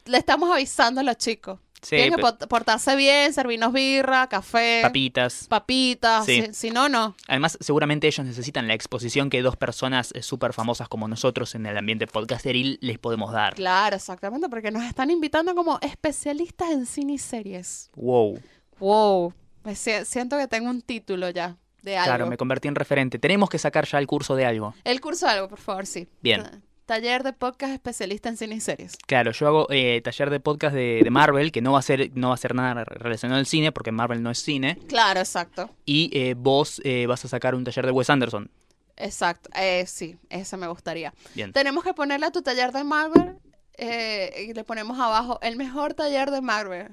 Speaker 1: Le estamos avisando a los chicos.
Speaker 2: Sí,
Speaker 1: Tienen que
Speaker 2: pe-
Speaker 1: pot- portarse bien, servirnos birra, café,
Speaker 2: papitas.
Speaker 1: papitas.
Speaker 2: Sí.
Speaker 1: Si- si no, no.
Speaker 2: Además, seguramente ellos necesitan la exposición que dos personas eh, súper famosas como nosotros en el ambiente podcasteril les podemos dar.
Speaker 1: Claro, exactamente, porque nos están invitando como especialistas en cine y series.
Speaker 2: Wow.
Speaker 1: Wow, me sie- siento que tengo un título ya de algo.
Speaker 2: Claro, me convertí en referente. Tenemos que sacar ya el curso de algo.
Speaker 1: El curso de algo, por favor, sí.
Speaker 2: Bien.
Speaker 1: Ta- Taller de podcast especialista en cine y series.
Speaker 2: Claro, yo hago eh, taller de podcast de, de Marvel, que no va a ser, no va a ser nada re- relacionado al cine, porque Marvel no es cine.
Speaker 1: Claro, exacto.
Speaker 2: Y eh, vos eh, vas a sacar un taller de Wes Anderson.
Speaker 1: Exacto. Eh, sí, ese me gustaría.
Speaker 2: Bien.
Speaker 1: Tenemos que ponerle a tu taller de Marvel eh, y le ponemos abajo el mejor taller de Marvel.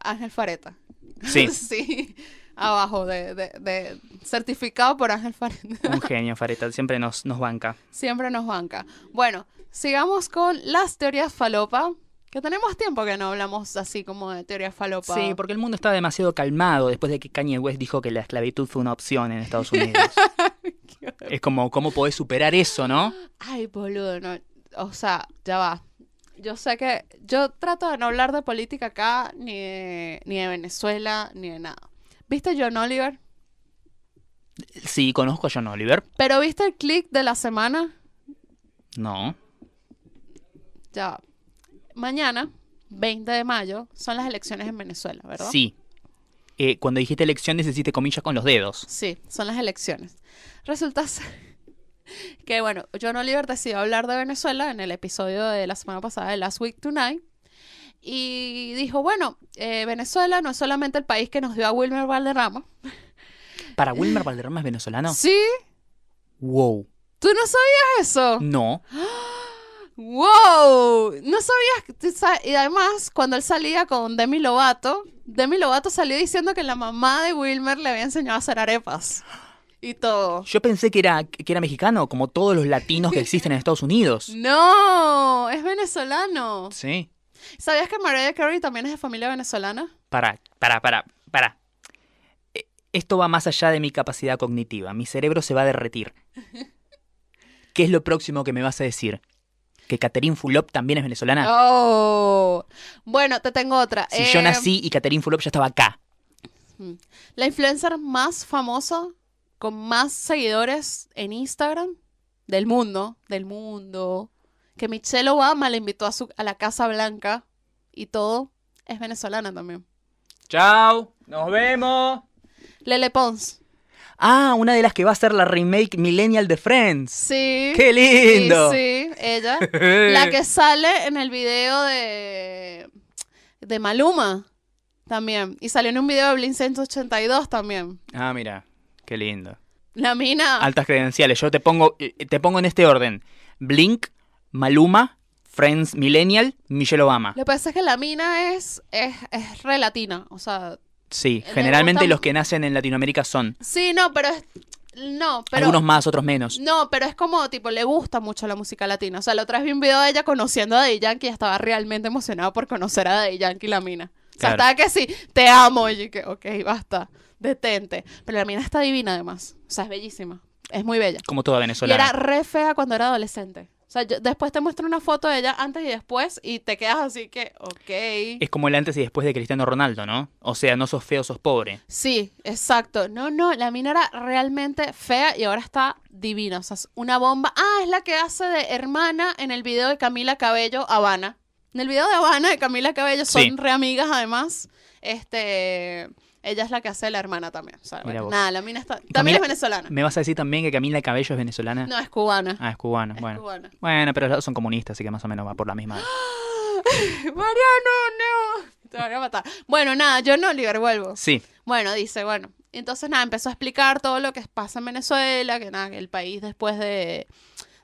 Speaker 1: Ángel Fareta.
Speaker 2: Sí,
Speaker 1: sí. Abajo de, de- de- certificado por Ángel Fareta.
Speaker 2: un genio, Fareta, siempre nos, nos banca.
Speaker 1: Siempre nos banca. Bueno, sigamos con las teorías falopa. Que tenemos tiempo que no hablamos así como de teorías falopa.
Speaker 2: Sí, porque el mundo está demasiado calmado después de que Kanye West dijo que la esclavitud fue una opción en Estados Unidos. es como, ¿cómo podés superar eso, no?
Speaker 1: Ay, boludo, no. O sea, ya va. Yo sé que yo trato de no hablar de política acá, ni de, ni de Venezuela, ni de nada. ¿Viste John Oliver?
Speaker 2: Sí, conozco a John Oliver.
Speaker 1: ¿Pero viste el click de la semana?
Speaker 2: No.
Speaker 1: Ya va. Mañana, 20 de mayo, son las elecciones en Venezuela, ¿verdad?
Speaker 2: Sí. Eh, cuando dijiste elecciones hiciste comillas con los dedos.
Speaker 1: Sí, son las elecciones. Resulta ser que, bueno, John Oliver decidió hablar de Venezuela en el episodio de la semana pasada de Last Week Tonight. Y dijo, bueno, eh, Venezuela no es solamente el país que nos dio a Wilmer Valderrama.
Speaker 2: ¿Para Wilmer Valderrama es venezolano?
Speaker 1: Sí,
Speaker 2: Wow.
Speaker 1: tú no sabías eso.
Speaker 2: No.
Speaker 1: ¡Wow! No sabías. que- tú sa- Y además, cuando él salía con Demi Lovato, Demi Lovato salió diciendo que la mamá de Wilmer le había enseñado a hacer arepas. Y todo.
Speaker 2: Yo pensé que era, que era mexicano, como todos los latinos que existen en Estados Unidos.
Speaker 1: No, es venezolano.
Speaker 2: Sí.
Speaker 1: ¿Sabías que Mariah Carey también es de familia venezolana?
Speaker 2: Para, para, para, para. Eh, Esto va más allá de mi capacidad cognitiva. Mi cerebro se va a derretir. ¿Qué es lo próximo que me vas a decir? ¿Que Catherine Fulop también es venezolana?
Speaker 1: Oh. Bueno, te tengo otra.
Speaker 2: Ah. Si
Speaker 1: Eh,
Speaker 2: yo nací y Catherine Fulop ya estaba acá.
Speaker 1: La influencer más famosa, con más seguidores en Instagram del mundo, del mundo, que Michelle Obama la invitó a, su, a la Casa Blanca y todo, es venezolana también.
Speaker 2: Chao, nos vemos.
Speaker 1: Lele Pons.
Speaker 2: Ah, una de las que va a ser la remake Millennial de Friends.
Speaker 1: Sí.
Speaker 2: ¡Qué lindo!
Speaker 1: Sí, sí, ella. la que sale en el video de, de Maluma también. Y salió en un video de Blink 182 también.
Speaker 2: Ah, mira, qué lindo.
Speaker 1: La mina.
Speaker 2: Altas credenciales. Yo te pongo, eh, te pongo en este orden. Blink, Maluma, Friends Millennial, Michelle Obama.
Speaker 1: Lo que pasa es que la mina es, es, es re latina. O sea,
Speaker 2: Sí,
Speaker 1: Le
Speaker 2: generalmente
Speaker 1: gustan-
Speaker 2: los que nacen en Latinoamérica son.
Speaker 1: sí, no, pero es. No, pero.
Speaker 2: Algunos más, otros menos.
Speaker 1: No, pero es como, tipo, le gusta mucho la música latina. O sea, la otra vez vi un video de ella conociendo a Daddy Yankee y estaba realmente emocionada por conocer a Daddy Yankee, la mina. O sea,
Speaker 2: Claro.
Speaker 1: estaba que sí, te amo. Y yo que, ok, basta, detente. Pero la mina está divina, además. O sea, es bellísima. Es muy bella.
Speaker 2: Como toda
Speaker 1: Y era
Speaker 2: venezolana.
Speaker 1: re fea cuando era adolescente. O sea, yo- después te muestro una foto de ella antes y después y te quedas así que, ok.
Speaker 2: Es como el antes y después de Cristiano Ronaldo, ¿no? O sea, no sos feo, sos pobre.
Speaker 1: Sí, exacto. No, no, la mina era realmente fea y ahora está divina. O sea, es una bomba. Ah, es la que hace de hermana en el video de Camila Cabello, Habana. En el video de Habana de Camila Cabello son
Speaker 2: Sí.
Speaker 1: re amigas además. Este, ella es la que hace de la hermana también. O sea,
Speaker 2: Mira
Speaker 1: bueno,
Speaker 2: vos.
Speaker 1: nada, la mina está. También
Speaker 2: Camila-
Speaker 1: es venezolana.
Speaker 2: ¿Me vas a decir también que Camila Cabello es venezolana?
Speaker 1: No, es cubana.
Speaker 2: Ah, es cubano.
Speaker 1: es
Speaker 2: bueno.
Speaker 1: cubana.
Speaker 2: Bueno, pero los dos son comunistas, así que más o menos va por la misma.
Speaker 1: Mariano, no. Te van a matar. Bueno, nada, yo no, Oliver, vuelvo.
Speaker 2: Sí,
Speaker 1: Bueno, dice, bueno. Entonces, nada, empezó a explicar todo lo que pasa en Venezuela, que nada, que el país después de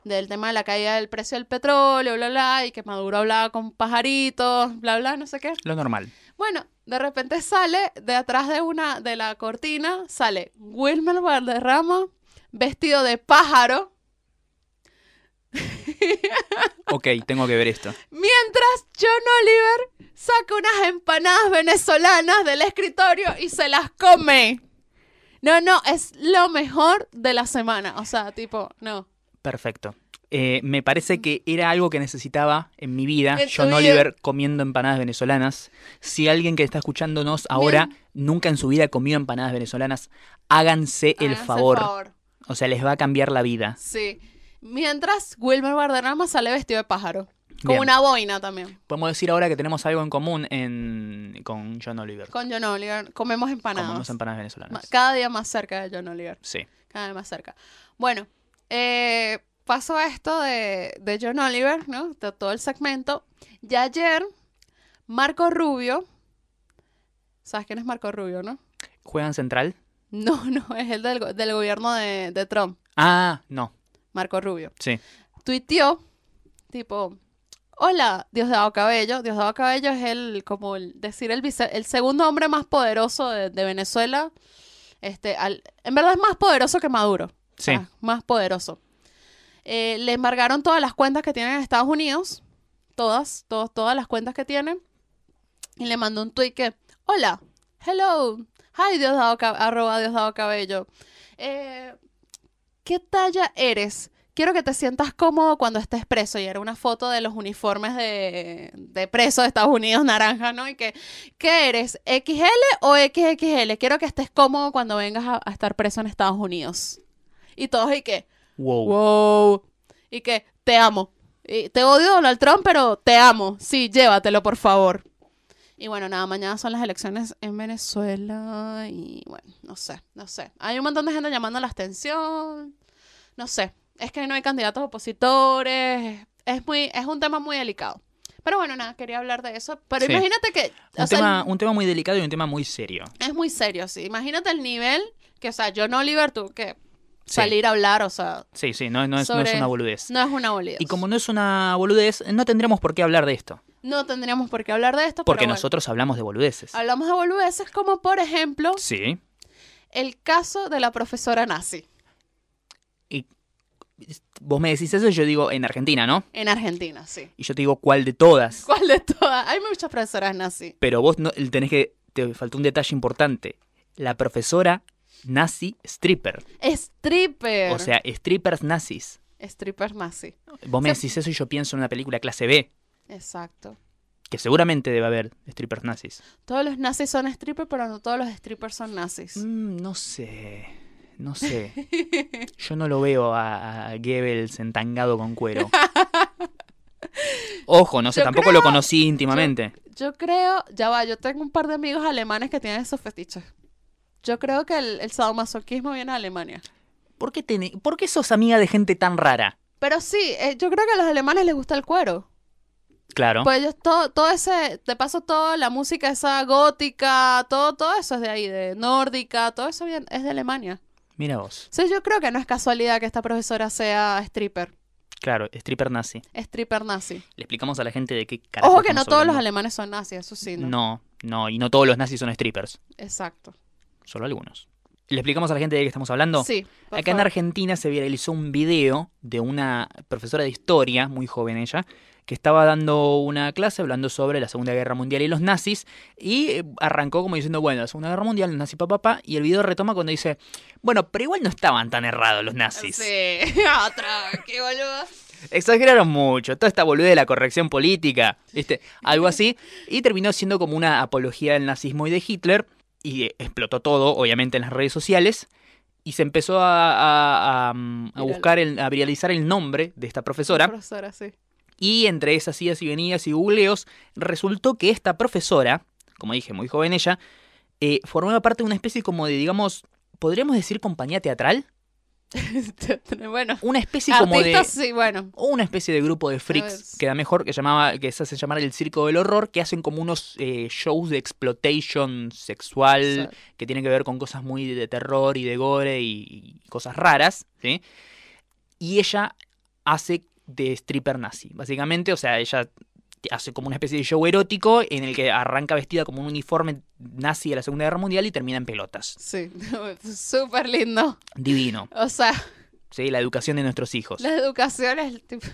Speaker 1: del tema de la caída del precio del petróleo, bla, bla, y que Maduro hablaba con pajaritos, bla, bla, no sé qué.
Speaker 2: lo normal.
Speaker 1: Bueno, de repente sale, de atrás de una, de la cortina, sale Wilmer Valderrama vestido de pájaro,
Speaker 2: Ok, tengo que ver esto.
Speaker 1: mientras John Oliver saca unas empanadas venezolanas del escritorio y se las come. No, no, es lo mejor de la semana. O sea, tipo, no.
Speaker 2: Perfecto. Eh, me parece que era algo que necesitaba en mi vida,
Speaker 1: En tu
Speaker 2: John
Speaker 1: vida.
Speaker 2: Oliver comiendo empanadas venezolanas. Si alguien que está escuchándonos ahora nunca en su vida comió empanadas venezolanas, háganse, el,
Speaker 1: Háganse
Speaker 2: favor. O sea, les va a cambiar la vida.
Speaker 1: Sí. Mientras Wilmer Valderrama sale vestido de pájaro. Con
Speaker 2: Bien.
Speaker 1: una boina también.
Speaker 2: Podemos decir ahora que tenemos algo en común en- con John Oliver.
Speaker 1: Con John Oliver. Comemos empanadas.
Speaker 2: Comemos empanadas
Speaker 1: Ma-
Speaker 2: venezolanas.
Speaker 1: Cada día más cerca de John Oliver.
Speaker 2: Sí.
Speaker 1: Cada vez más cerca. Bueno, eh, pasó esto de, de John Oliver, ¿no? De todo el segmento. Ya ayer, Marco Rubio. ¿Sabes quién es Marco Rubio, no?
Speaker 2: ¿Juegan central?
Speaker 1: No, no, es el del, go- del gobierno de, de Trump,
Speaker 2: Ah, no.
Speaker 1: Marco Rubio.
Speaker 2: Sí.
Speaker 1: Tuiteó, tipo, hola, Diosdado Cabello. Diosdado Cabello es el, como el- decir, el, vice- el segundo hombre más poderoso de, de Venezuela. Este, al- en verdad es más poderoso que Maduro.
Speaker 2: Sí.
Speaker 1: Ah, más poderoso. Eh, le embargaron todas las cuentas que tienen en Estados Unidos. Todas, todas, todas las cuentas que tienen. Y le mandó un tweet que, hola, hello, hi, Diosdado, Cab- arroba Diosdado Cabello. Eh, ¿Qué talla eres? Quiero que te sientas cómodo cuando estés preso. Y era una foto de los uniformes de, de preso de Estados Unidos, naranja, ¿no? Y que, ¿qué eres? ¿XL o XXL? Quiero que estés cómodo cuando vengas a- a estar preso en Estados Unidos. Y todos y que,
Speaker 2: Wow.
Speaker 1: wow. Y que, te amo. Y te odio Donald Trump, pero te amo. Sí, llévatelo, por favor. Y bueno, nada, mañana son las elecciones en Venezuela y bueno, no sé, no sé. Hay un montón de gente llamando a la abstención. No sé, es que no hay candidatos opositores. Es muy es un tema muy delicado. Pero bueno, nada, quería hablar de eso. Pero
Speaker 2: Sí.
Speaker 1: imagínate que... o
Speaker 2: Un
Speaker 1: sea,
Speaker 2: tema, un tema muy delicado y un tema muy serio.
Speaker 1: es muy serio, sí. Imagínate el nivel que, o sea, John Oliver tuvo que
Speaker 2: Sí.
Speaker 1: salir a hablar, o sea,
Speaker 2: Sí, sí, no, no es, no es
Speaker 1: Sobre-
Speaker 2: una boludez.
Speaker 1: no es una boludez.
Speaker 2: Y como no es una boludez, no tendremos por qué hablar de esto.
Speaker 1: No tendríamos por qué hablar de esto,
Speaker 2: Porque
Speaker 1: pero bueno.
Speaker 2: nosotros hablamos de boludeces.
Speaker 1: hablamos de boludeces como, por ejemplo,
Speaker 2: Sí.
Speaker 1: el caso de la profesora nazi
Speaker 2: Y vos me decís eso y yo digo en Argentina, ¿no?
Speaker 1: en Argentina, sí.
Speaker 2: Y yo te digo cuál de todas.
Speaker 1: ¿Cuál de todas? Hay muchas profesoras nazi.
Speaker 2: Pero vos no, tenés que. Te faltó un detalle importante. La profesora nazi stripper.
Speaker 1: Stripper.
Speaker 2: O sea, strippers nazis.
Speaker 1: stripper nazi.
Speaker 2: Vos me
Speaker 1: O sea-
Speaker 2: decís eso y yo pienso en una película clase B,
Speaker 1: Exacto.
Speaker 2: que seguramente debe haber strippers nazis.
Speaker 1: Todos los nazis son strippers, pero no todos los strippers son nazis.
Speaker 2: Mm, no sé. No sé. Yo no lo veo a, a Goebbels entangado con cuero. Ojo, no sé,
Speaker 1: Yo
Speaker 2: tampoco lo conocí íntimamente.
Speaker 1: Yo creo, ya va, yo tengo un par de amigos alemanes que tienen esos fetiches. Yo creo que el, el sadomasoquismo viene de Alemania.
Speaker 2: ¿Por, qué tenés- ¿Por qué sos amiga de gente tan rara?
Speaker 1: Pero sí, eh, yo creo que a los alemanes les gusta el cuero.
Speaker 2: Claro.
Speaker 1: Pues ellos todo, todo ese, de paso toda la música esa gótica, todo, todo eso es de ahí, de nórdica, todo eso viene- es de Alemania.
Speaker 2: Mira vos.
Speaker 1: Entonces yo creo que no es casualidad que esta profesora sea stripper,
Speaker 2: Claro, stripper nazi.
Speaker 1: stripper nazi.
Speaker 2: Le explicamos a la gente de qué carajo.
Speaker 1: Ojo que no
Speaker 2: estamos
Speaker 1: todos los
Speaker 2: hablando.
Speaker 1: alemanes son nazis, eso sí, ¿no?
Speaker 2: No, no, y no todos los nazis son strippers.
Speaker 1: Exacto.
Speaker 2: Solo algunos. ¿Le explicamos a la gente de qué estamos hablando?
Speaker 1: Sí. por
Speaker 2: Acá en
Speaker 1: favor.
Speaker 2: Argentina se viralizó un video de una profesora de historia, muy joven ella, que estaba dando una clase hablando sobre la Segunda Guerra Mundial y los nazis, y eh, arrancó como diciendo, bueno, la Segunda Guerra Mundial, los nazis, papá, papá, y el video retoma cuando dice, bueno, pero igual no estaban tan errados los nazis.
Speaker 1: Sí, otra, qué boludo.
Speaker 2: Exageraron mucho, toda esta boludez de la corrección política, ¿viste? Algo así. Y terminó siendo como una apología del nazismo y de Hitler. Y eh, explotó todo, obviamente, en las redes sociales. Y se empezó a, a- a, mm, a
Speaker 1: Viral.
Speaker 2: buscar, el- a viralizar el nombre de esta
Speaker 1: La
Speaker 2: profesora.
Speaker 1: Profesora, sí.
Speaker 2: Y entre esas idas y venidas y googleos, resultó que esta profesora, como dije, muy joven ella, eh, formaba parte de una especie como de, digamos, podríamos decir compañía teatral.
Speaker 1: bueno,
Speaker 2: Una especie como de...
Speaker 1: artistas, sí, bueno.
Speaker 2: o una especie de grupo de freaks
Speaker 1: ver.
Speaker 2: que da mejor que llamaba que se hace llamar el circo del horror que hacen como unos eh, shows de exploitation sexual
Speaker 1: Exacto.
Speaker 2: que tienen que ver con cosas muy de terror y de gore y, y cosas raras ¿sí? y ella hace de stripper nazi básicamente o sea ella hace como una especie de show erótico en el que arranca vestida como un uniforme nazi de la Segunda Guerra Mundial y termina en pelotas
Speaker 1: Sí, súper lindo.
Speaker 2: divino
Speaker 1: O sea,
Speaker 2: sí la educación de nuestros hijos
Speaker 1: la educación es el tipo...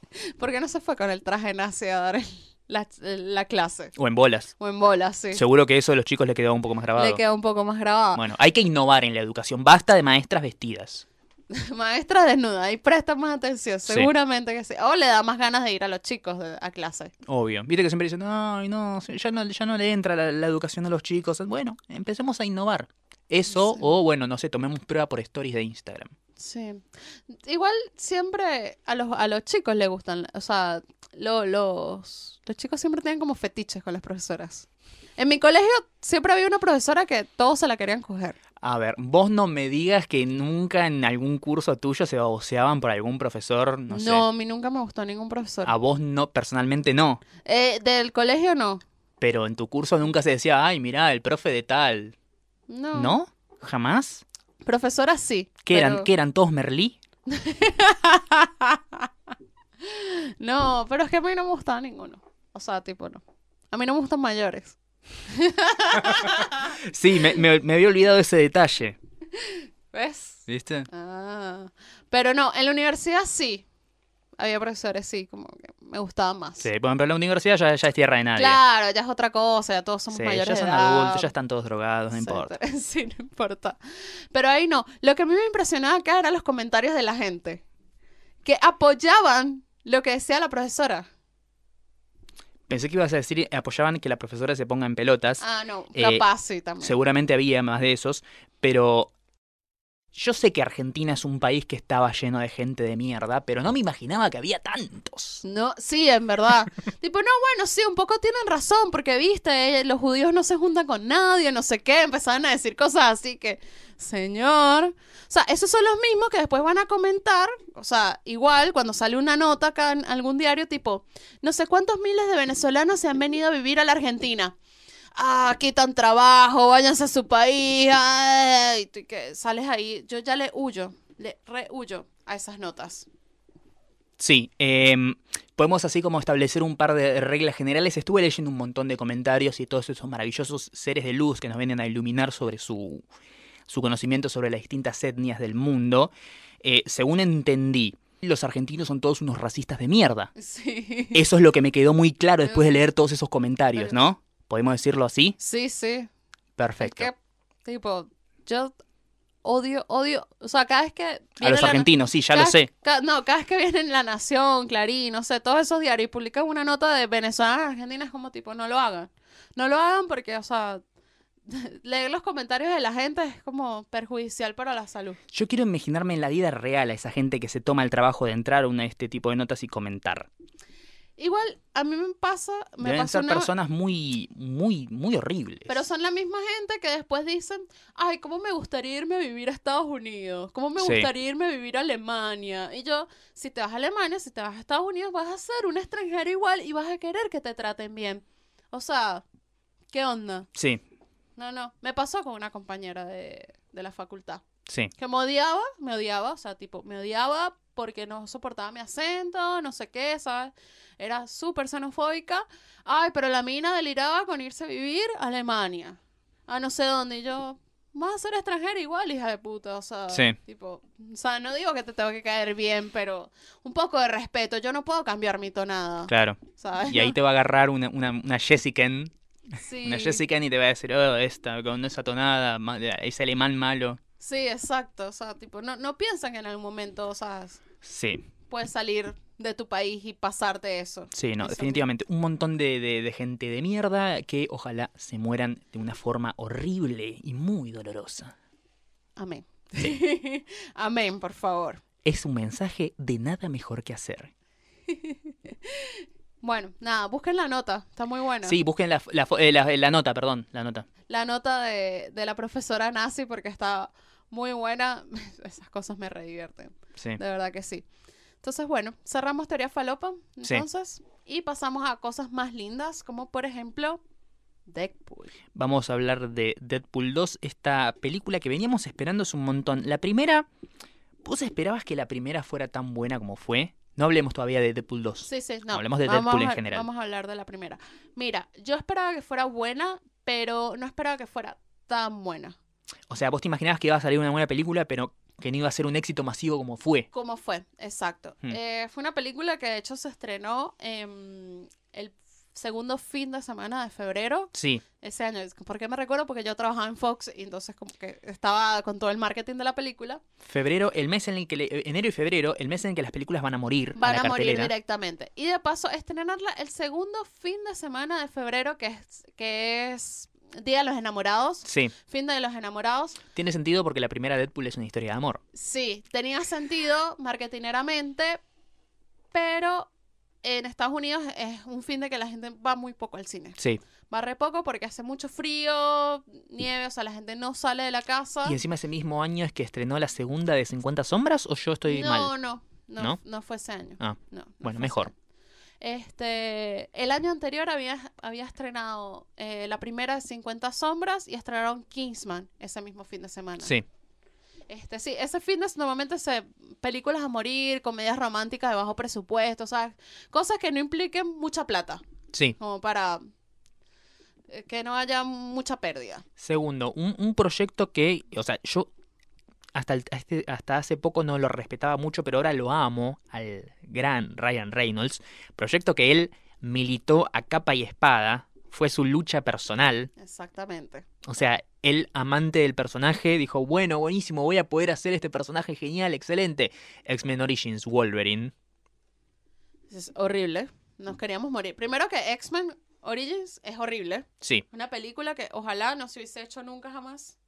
Speaker 1: ¿Por qué no se fue con el traje nazi a dar el- la, la clase?
Speaker 2: o en bolas
Speaker 1: O en bola, sí.
Speaker 2: seguro que eso a los chicos les quedó un poco más grabado
Speaker 1: Le queda un poco más grabada.
Speaker 2: Bueno, hay que innovar en la educación. Basta de maestras vestidas.
Speaker 1: Maestra desnuda, ahí presta más atención,
Speaker 2: Sí.
Speaker 1: seguramente que sí. O le da más ganas de ir a los chicos de- a clase.
Speaker 2: Obvio. Viste que siempre dicen, ay, no, ya no, ya no le entra la, la educación a los chicos. Bueno, empecemos a innovar. Eso,
Speaker 1: Sí.
Speaker 2: o bueno, no sé, tomemos prueba por stories de Instagram.
Speaker 1: Sí. Igual siempre a los, a los chicos le gustan, o sea, lo- los, los chicos siempre tienen como fetiches con las profesoras. En mi colegio siempre había una profesora que todos se la querían coger.
Speaker 2: A ver, vos no me digas que nunca en algún curso tuyo se baboseaban por algún profesor, no,
Speaker 1: No,
Speaker 2: sé.
Speaker 1: a mí nunca me gustó ningún profesor.
Speaker 2: A vos no, personalmente no.
Speaker 1: Eh, del colegio no.
Speaker 2: Pero en tu curso nunca se decía, ay, mirá, el profe de tal.
Speaker 1: No.
Speaker 2: ¿No? ¿Jamás?
Speaker 1: Profesoras sí.
Speaker 2: ¿Qué
Speaker 1: pero-
Speaker 2: eran? ¿Qué eran todos Merlí?
Speaker 1: No, pero es que a mí no me gustaba ninguno. O sea, tipo no. A mí no me gustan mayores.
Speaker 2: Sí, me, me- me había olvidado ese detalle.
Speaker 1: ¿Ves?
Speaker 2: ¿Viste?
Speaker 1: Ah, pero no, en la universidad sí. Había profesores, sí, como que me gustaban más.
Speaker 2: Sí, por ejemplo, la universidad ya, ya es tierra de nadie.
Speaker 1: Claro, ya es otra cosa, ya todos somos
Speaker 2: Sí,
Speaker 1: mayores.
Speaker 2: ya son
Speaker 1: de edad.
Speaker 2: adultos, ya están todos drogados, no importa.
Speaker 1: Etcétera. Sí, no importa. Pero ahí no. Lo que a mí me impresionaba acá eran los comentarios de la gente. Que apoyaban lo que decía la profesora.
Speaker 2: Pensé que ibas a decir, apoyaban que la profesora se ponga en pelotas.
Speaker 1: Ah, no,
Speaker 2: Eh,
Speaker 1: capaz sí también.
Speaker 2: Seguramente había más de esos, pero yo sé que Argentina es un país que estaba lleno de gente de mierda, pero no me imaginaba que había tantos.
Speaker 1: No, sí, en verdad. tipo, no, bueno, sí, un poco tienen razón, porque viste, eh, los judíos no se juntan con nadie, no sé qué, empezaban a decir cosas así que, señor. O sea, esos son los mismos que después van a comentar, o sea, igual cuando sale una nota acá en algún diario, tipo, no sé cuántos miles de venezolanos se han venido a vivir a la Argentina. Ah, quitan trabajo, váyanse a su país. Ay, tú que sales ahí. Yo ya le huyo, le rehuyo a esas notas.
Speaker 2: Sí, em, podemos así como establecer un par de reglas generales. Estuve leyendo un montón de comentarios y todos esos maravillosos seres de luz que nos vienen a iluminar sobre su, su conocimiento sobre las distintas etnias del mundo. Eh, según entendí, los argentinos son todos unos racistas de mierda.
Speaker 1: Sí.
Speaker 2: Eso es lo que me quedó muy claro después de leer todos esos comentarios, ¿no? ¿Podemos decirlo así?
Speaker 1: Sí, sí. Es
Speaker 2: Perfecto.
Speaker 1: que, tipo, yo odio, odio. O sea, cada vez que.
Speaker 2: A
Speaker 1: viene
Speaker 2: los
Speaker 1: la-
Speaker 2: argentinos, sí, ya
Speaker 1: cada-
Speaker 2: lo sé.
Speaker 1: ca- no, cada vez que vienen La Nación, Clarín, no sé, todos esos diarios y publican una nota de venezolanas argentinas como tipo, no lo hagan. No lo hagan porque, o sea, leer los comentarios de la gente es como perjudicial para la salud.
Speaker 2: Yo quiero imaginarme en la vida real a esa gente que se toma el trabajo de entrar a una de este tipo de notas y comentar.
Speaker 1: Igual, a mí me pasa. Me
Speaker 2: Deben
Speaker 1: pasa
Speaker 2: ser
Speaker 1: una...
Speaker 2: personas muy, muy, muy horribles.
Speaker 1: Pero son la misma gente que después dicen, ay, ¿cómo me gustaría irme a vivir a Estados Unidos? ¿Cómo me
Speaker 2: Sí.
Speaker 1: gustaría irme a vivir a Alemania? Y yo, si te vas a Alemania, si te vas a Estados Unidos, vas a ser un extranjero igual y vas a querer que te traten bien. O sea, ¿qué onda?
Speaker 2: Sí,
Speaker 1: No, no. Me pasó con una compañera de, de la facultad.
Speaker 2: sí.
Speaker 1: Que me odiaba, me odiaba, o sea, tipo, me odiaba porque no soportaba mi acento, no sé qué, ¿sabes? Era súper xenofóbica. Ay, pero la mina deliraba con irse a vivir a Alemania, a no sé dónde. Y yo, vas a ser extranjera igual, hija de puta, o sea,
Speaker 2: Sí.
Speaker 1: tipo, o sea, no digo que te tengo que caer bien, pero un poco de respeto. Yo no puedo cambiar mi tonada,
Speaker 2: Claro.
Speaker 1: ¿sabes?
Speaker 2: Y ahí te va a agarrar una, una, una Jessican.
Speaker 1: Sí.
Speaker 2: Una Jessican y te va a decir, oh, esta, con esa tonada, ma- ese alemán malo.
Speaker 1: Sí, exacto, o sea, tipo, no, no piensan que en algún momento, o sea,
Speaker 2: Sí.
Speaker 1: puedes salir de tu país y pasarte eso.
Speaker 2: Sí, no,
Speaker 1: Eso.
Speaker 2: definitivamente. Un montón de, de- de gente de mierda que ojalá se mueran de una forma horrible y muy dolorosa.
Speaker 1: Amén. Amén, por favor.
Speaker 2: Es un mensaje de nada mejor que hacer.
Speaker 1: Bueno, nada, busquen la nota, está muy buena.
Speaker 2: Sí, busquen la, la fo- eh, la- la nota, perdón, la nota.
Speaker 1: La nota de, de la profesora nazi porque está muy buena. Esas cosas me redivierten,
Speaker 2: Sí.
Speaker 1: de verdad que sí. Entonces, bueno, cerramos teoría falopa,
Speaker 2: Sí.
Speaker 1: entonces, y pasamos a cosas más lindas, como por ejemplo Deadpool.
Speaker 2: Vamos a hablar de Deadpool 2, esta película que veníamos esperando hace un montón. La primera, ¿vos esperabas que la primera fuera tan buena como fue? No hablemos todavía de Deadpool 2.
Speaker 1: Sí, sí, no.
Speaker 2: Hablemos de
Speaker 1: vamos
Speaker 2: Deadpool en
Speaker 1: a-
Speaker 2: general.
Speaker 1: Vamos a hablar de la primera. Mira, yo esperaba que fuera buena, pero no esperaba que fuera tan buena.
Speaker 2: O sea, vos te imaginabas que iba a salir una buena película, pero que no iba a ser un éxito masivo como fue.
Speaker 1: ¿Cómo fue? Exacto.
Speaker 2: Hmm.
Speaker 1: Eh, fue una película que de hecho se estrenó em, el segundo fin de semana de febrero
Speaker 2: Sí,
Speaker 1: ese año. ¿Por qué me recuerdo? Porque yo trabajaba en Fox y entonces como que estaba con todo el marketing de la película.
Speaker 2: febrero, el mes en el que le- eh, enero y febrero, el mes en el que las películas van a morir
Speaker 1: Van
Speaker 2: a
Speaker 1: a
Speaker 2: la
Speaker 1: morir
Speaker 2: cartelera.
Speaker 1: directamente. Y de paso, estrenarla el segundo fin de semana de febrero, que es, que es Día de los Enamorados.
Speaker 2: sí,
Speaker 1: Fin de los Enamorados.
Speaker 2: tiene sentido porque la primera Deadpool es una historia de amor.
Speaker 1: Sí, tenía sentido marketineramente, pero en Estados Unidos es un fin de que la gente va muy poco al cine.
Speaker 2: Sí.
Speaker 1: Va re poco porque hace mucho frío, nieve, o sea, la gente no sale de la casa.
Speaker 2: Y encima ese mismo año es que estrenó la segunda de 50 sombras o yo estoy
Speaker 1: no,
Speaker 2: mal.
Speaker 1: no, no,
Speaker 2: ¿No?
Speaker 1: no, fue ese año.
Speaker 2: Ah,
Speaker 1: No, no
Speaker 2: bueno,
Speaker 1: fue
Speaker 2: mejor.
Speaker 1: ese año. Este, el año anterior había, había estrenado eh, la primera de 50 sombras y estrenaron Kingsman ese mismo fin de semana.
Speaker 2: Sí,
Speaker 1: Este, sí, ese fitness normalmente se películas a morir, comedias románticas de bajo presupuesto, o sea, cosas que no impliquen mucha plata,
Speaker 2: sí.
Speaker 1: como para eh, que no haya mucha pérdida.
Speaker 2: Segundo, un, un proyecto que, o sea, yo hasta, el- este- hasta hace poco no lo respetaba mucho, pero ahora lo amo al gran Ryan Reynolds. Proyecto que él militó a capa y espada, fue su lucha personal.
Speaker 1: Exactamente.
Speaker 2: O sea, el amante del personaje dijo, bueno, buenísimo, voy a poder hacer este personaje genial, excelente. X-Men Origins Wolverine.
Speaker 1: Es horrible. Nos queríamos morir. Primero que X-Men Origins es horrible.
Speaker 2: Sí,
Speaker 1: Una película que ojalá no se hubiese hecho nunca jamás.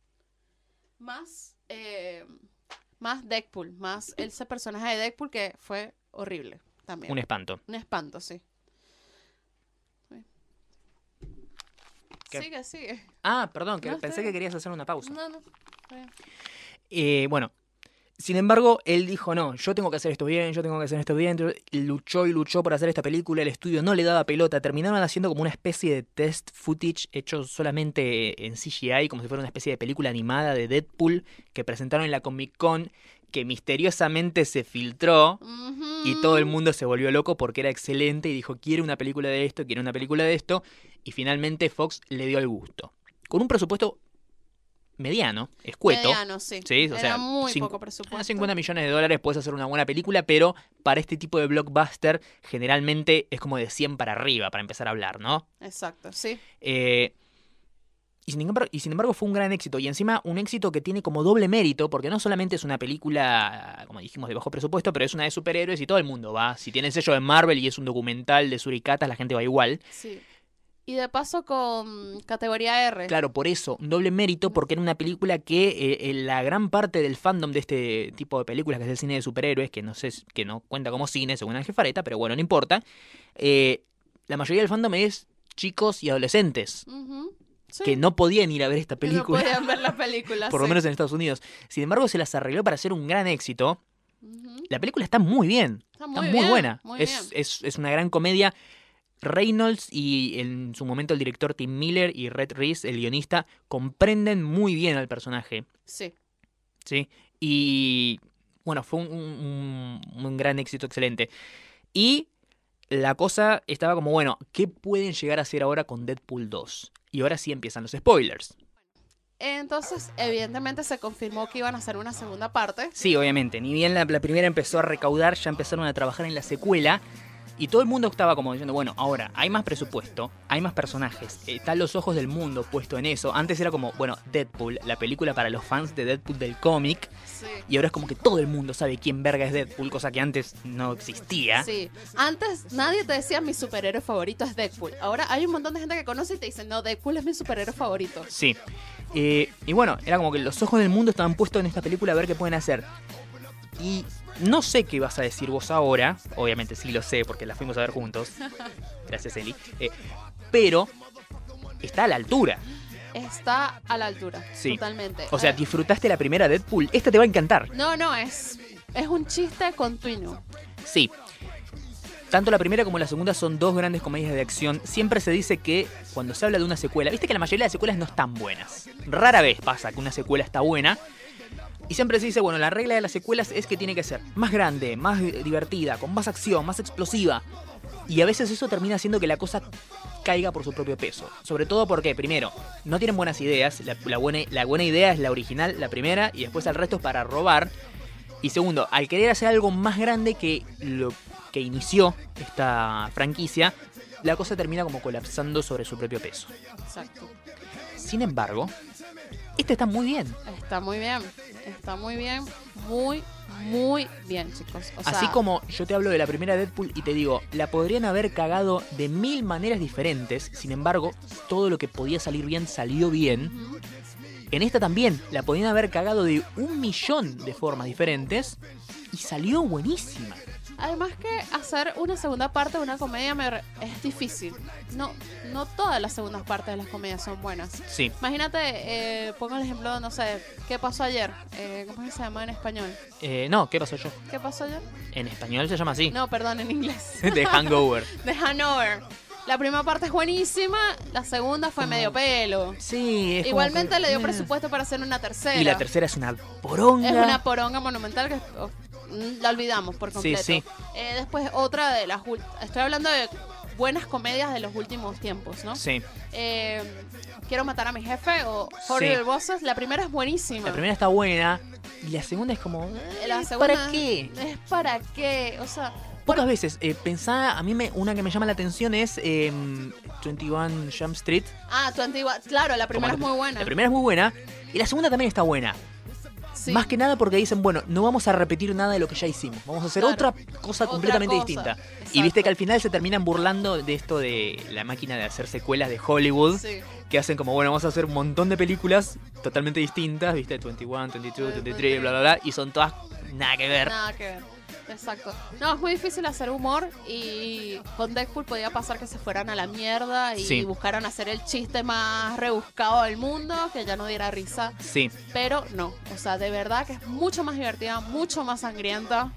Speaker 1: Más, eh, más Deadpool, más ese personaje de Deadpool que fue horrible también.
Speaker 2: un espanto.
Speaker 1: Un espanto, sí.
Speaker 2: ¿Qué?
Speaker 1: Sigue, sigue.
Speaker 2: Ah, perdón, que
Speaker 1: No, está
Speaker 2: pensé que
Speaker 1: bien.
Speaker 2: querías hacer una pausa.
Speaker 1: No, no. está bien.
Speaker 2: Eh, bueno, sin embargo, él dijo, no, yo tengo que hacer esto bien, yo tengo que hacer esto bien. Luchó y luchó por hacer esta película, el estudio no le daba pelota. Terminaron haciendo como una especie de test footage hecho solamente en CGI, como si fuera una especie de película animada de Deadpool que presentaron en la Comic Con, que misteriosamente se filtró. Y todo el
Speaker 1: Ujú.
Speaker 2: mundo se volvió loco porque era excelente y dijo, quiero una película de esto, quiero una película de esto. Y finalmente Fox le dio el gusto. Con un presupuesto mediano, escueto.
Speaker 1: Mediano, sí.
Speaker 2: Sí, o
Speaker 1: Era
Speaker 2: sea,
Speaker 1: muy
Speaker 2: cincu- ah,
Speaker 1: poco presupuesto.
Speaker 2: A 50 millones de dólares puedes hacer una buena película, pero para este tipo de blockbuster generalmente es como de 100 para arriba para empezar a hablar, ¿no?
Speaker 1: Exacto, sí.
Speaker 2: Eh, y, sin embargo, y sin embargo fue un gran éxito. Y encima un éxito que tiene como doble mérito, porque no solamente es una película, como dijimos, de bajo presupuesto, pero es una de superhéroes y todo el mundo va. Si tiene el sello de Marvel y es un documental de suricatas, la gente va igual.
Speaker 1: Sí. Y de paso con categoría R.
Speaker 2: Claro, por eso, un doble mérito, porque era una película que eh, eh, la gran parte del fandom de este tipo de películas, que es el cine de superhéroes, que no sé, si- que no cuenta como cine según Ángel Fareta, pero bueno, no importa. eh, la mayoría del fandom es chicos y adolescentes,
Speaker 1: Ujú. Sí,
Speaker 2: que no podían ir a ver esta
Speaker 1: que no
Speaker 2: película,
Speaker 1: podían ver la película.
Speaker 2: por lo
Speaker 1: sí.
Speaker 2: menos en Estados Unidos. Sin embargo, se las arregló para hacer un gran éxito.
Speaker 1: Ujú.
Speaker 2: La película está muy bien,
Speaker 1: Está
Speaker 2: está
Speaker 1: muy,
Speaker 2: muy,
Speaker 1: bien,
Speaker 2: buena.
Speaker 1: muy bien.
Speaker 2: es, es- es una gran comedia. Reynolds y en su momento el director Tim Miller y Red Reese, el guionista, comprenden muy bien al personaje.
Speaker 1: Sí.
Speaker 2: ¿sí? Y bueno, fue un, un- un- un gran éxito excelente. Y la cosa estaba como, bueno, ¿qué pueden llegar a hacer ahora con Deadpool 2? Y ahora sí empiezan los spoilers.
Speaker 1: Entonces, evidentemente se confirmó que iban a hacer una segunda parte.
Speaker 2: Sí, obviamente. Ni bien la, la primera empezó a recaudar, ya empezaron a trabajar en la secuela. Y todo el mundo estaba como diciendo, bueno, ahora hay más presupuesto, hay más personajes, eh, están los ojos del mundo puesto en eso. Antes era como, bueno, Deadpool, la película para los fans de Deadpool del cómic,
Speaker 1: Sí.
Speaker 2: y ahora es como que todo el mundo sabe quién verga es Deadpool, cosa que antes no existía.
Speaker 1: Sí. Antes nadie te decía mi superhéroe favorito es Deadpool. Ahora hay un montón de gente que conoce y te dice, no, Deadpool es mi superhéroe favorito.
Speaker 2: Sí. Eh, y bueno, era como que los ojos del mundo estaban puestos en esta película a ver qué pueden hacer. Y no sé qué vas a decir vos ahora. Obviamente sí lo sé porque la fuimos a ver juntos. Gracias, Eli. Eh, pero está a la altura.
Speaker 1: Está a la altura.
Speaker 2: Sí.
Speaker 1: Totalmente.
Speaker 2: O sea,
Speaker 1: Eh,
Speaker 2: disfrutaste la primera Deadpool. Esta te va a encantar.
Speaker 1: No, no, es, es un chiste continuo.
Speaker 2: Sí. Tanto la primera como la segunda son dos grandes comedias de acción. Siempre se dice que cuando se habla de una secuela, viste que la mayoría de las secuelas no están buenas. Rara vez pasa que una secuela está buena. Y siempre se dice, bueno, la regla de las secuelas es que tiene que ser más grande, más eh, divertida, con más acción, más explosiva. Y a veces eso termina haciendo que la cosa caiga por su propio peso. Sobre todo porque, primero, no tienen buenas ideas. La, la buena, la buena idea es la original, la primera, y después el resto es para robar. Y segundo, al querer hacer algo más grande que lo que inició esta franquicia, la cosa termina como colapsando sobre su propio peso.
Speaker 1: Exacto.
Speaker 2: Sin embargo, este está muy bien.
Speaker 1: Está muy bien. Está muy bien. Muy, muy bien, chicos. O sea,
Speaker 2: Así como yo te hablo de la primera Deadpool y te digo, la podrían haber cagado de mil maneras diferentes, sin embargo, todo lo que podía salir bien salió bien.
Speaker 1: Ujú.
Speaker 2: En esta también la podían haber cagado de un millón de formas diferentes y salió buenísima.
Speaker 1: Además que hacer una segunda parte de una comedia me re- es difícil. No, no todas las segundas partes de las comedias son buenas.
Speaker 2: Sí,
Speaker 1: Imagínate, eh, pongo el ejemplo, no sé, ¿qué pasó ayer? Eh, ¿Cómo es que se llama en español?
Speaker 2: eh, no, ¿qué pasó yo?
Speaker 1: ¿Qué pasó ayer?
Speaker 2: En español se llama así.
Speaker 1: No, perdón, en inglés.
Speaker 2: De Hangover.
Speaker 1: De Hanover. La primera parte es buenísima, la segunda fue
Speaker 2: Como-
Speaker 1: medio pelo.
Speaker 2: Sí, es como
Speaker 1: Igualmente
Speaker 2: que-
Speaker 1: le dio
Speaker 2: eh.
Speaker 1: presupuesto para hacer una tercera.
Speaker 2: Y la tercera es una poronga.
Speaker 1: Es una poronga monumental que oh, mm, la olvidamos por completo.
Speaker 2: sí.
Speaker 1: Eh, después otra de las ul- estoy hablando de buenas comedias de los últimos tiempos, ¿no?
Speaker 2: Sí.
Speaker 1: Eh, Quiero matar a mi jefe o Horrible
Speaker 2: Sí.
Speaker 1: Bosses. La primera es buenísima.
Speaker 2: La primera está buena. Y la segunda es como. eh,
Speaker 1: La segunda
Speaker 2: ¿Para qué?
Speaker 1: Es para qué, o sea,
Speaker 2: Pocas veces. eh, pensá, a mí me, una que me llama la atención es eh, 21 Jump Street.
Speaker 1: ah, tu antigua, claro, la primera
Speaker 2: la
Speaker 1: es muy buena.
Speaker 2: La primera es muy buena. Y la segunda también está buena.
Speaker 1: Sí.
Speaker 2: Más que nada porque dicen, bueno, no vamos a repetir nada de lo que ya hicimos. Vamos a hacer
Speaker 1: Claro.
Speaker 2: otra cosa
Speaker 1: Otra
Speaker 2: completamente
Speaker 1: cosa.
Speaker 2: distinta. Y
Speaker 1: Exacto.
Speaker 2: viste que al final se terminan burlando de esto de la máquina de hacer secuelas de Hollywood.
Speaker 1: Sí.
Speaker 2: que hacen como, bueno, vamos a hacer un montón de películas totalmente distintas, ¿viste? 21, 22, 23, bla, bla, bla, y son todas nada que ver.
Speaker 1: Nada que ver. Exacto. No, es muy difícil hacer humor y con Deadpool podía pasar que se fueran a la mierda y
Speaker 2: Sí.
Speaker 1: buscaran hacer el chiste más rebuscado del mundo, que ya no diera risa,
Speaker 2: Sí,
Speaker 1: pero no. O sea, de verdad que es mucho más divertida, mucho más sangrienta,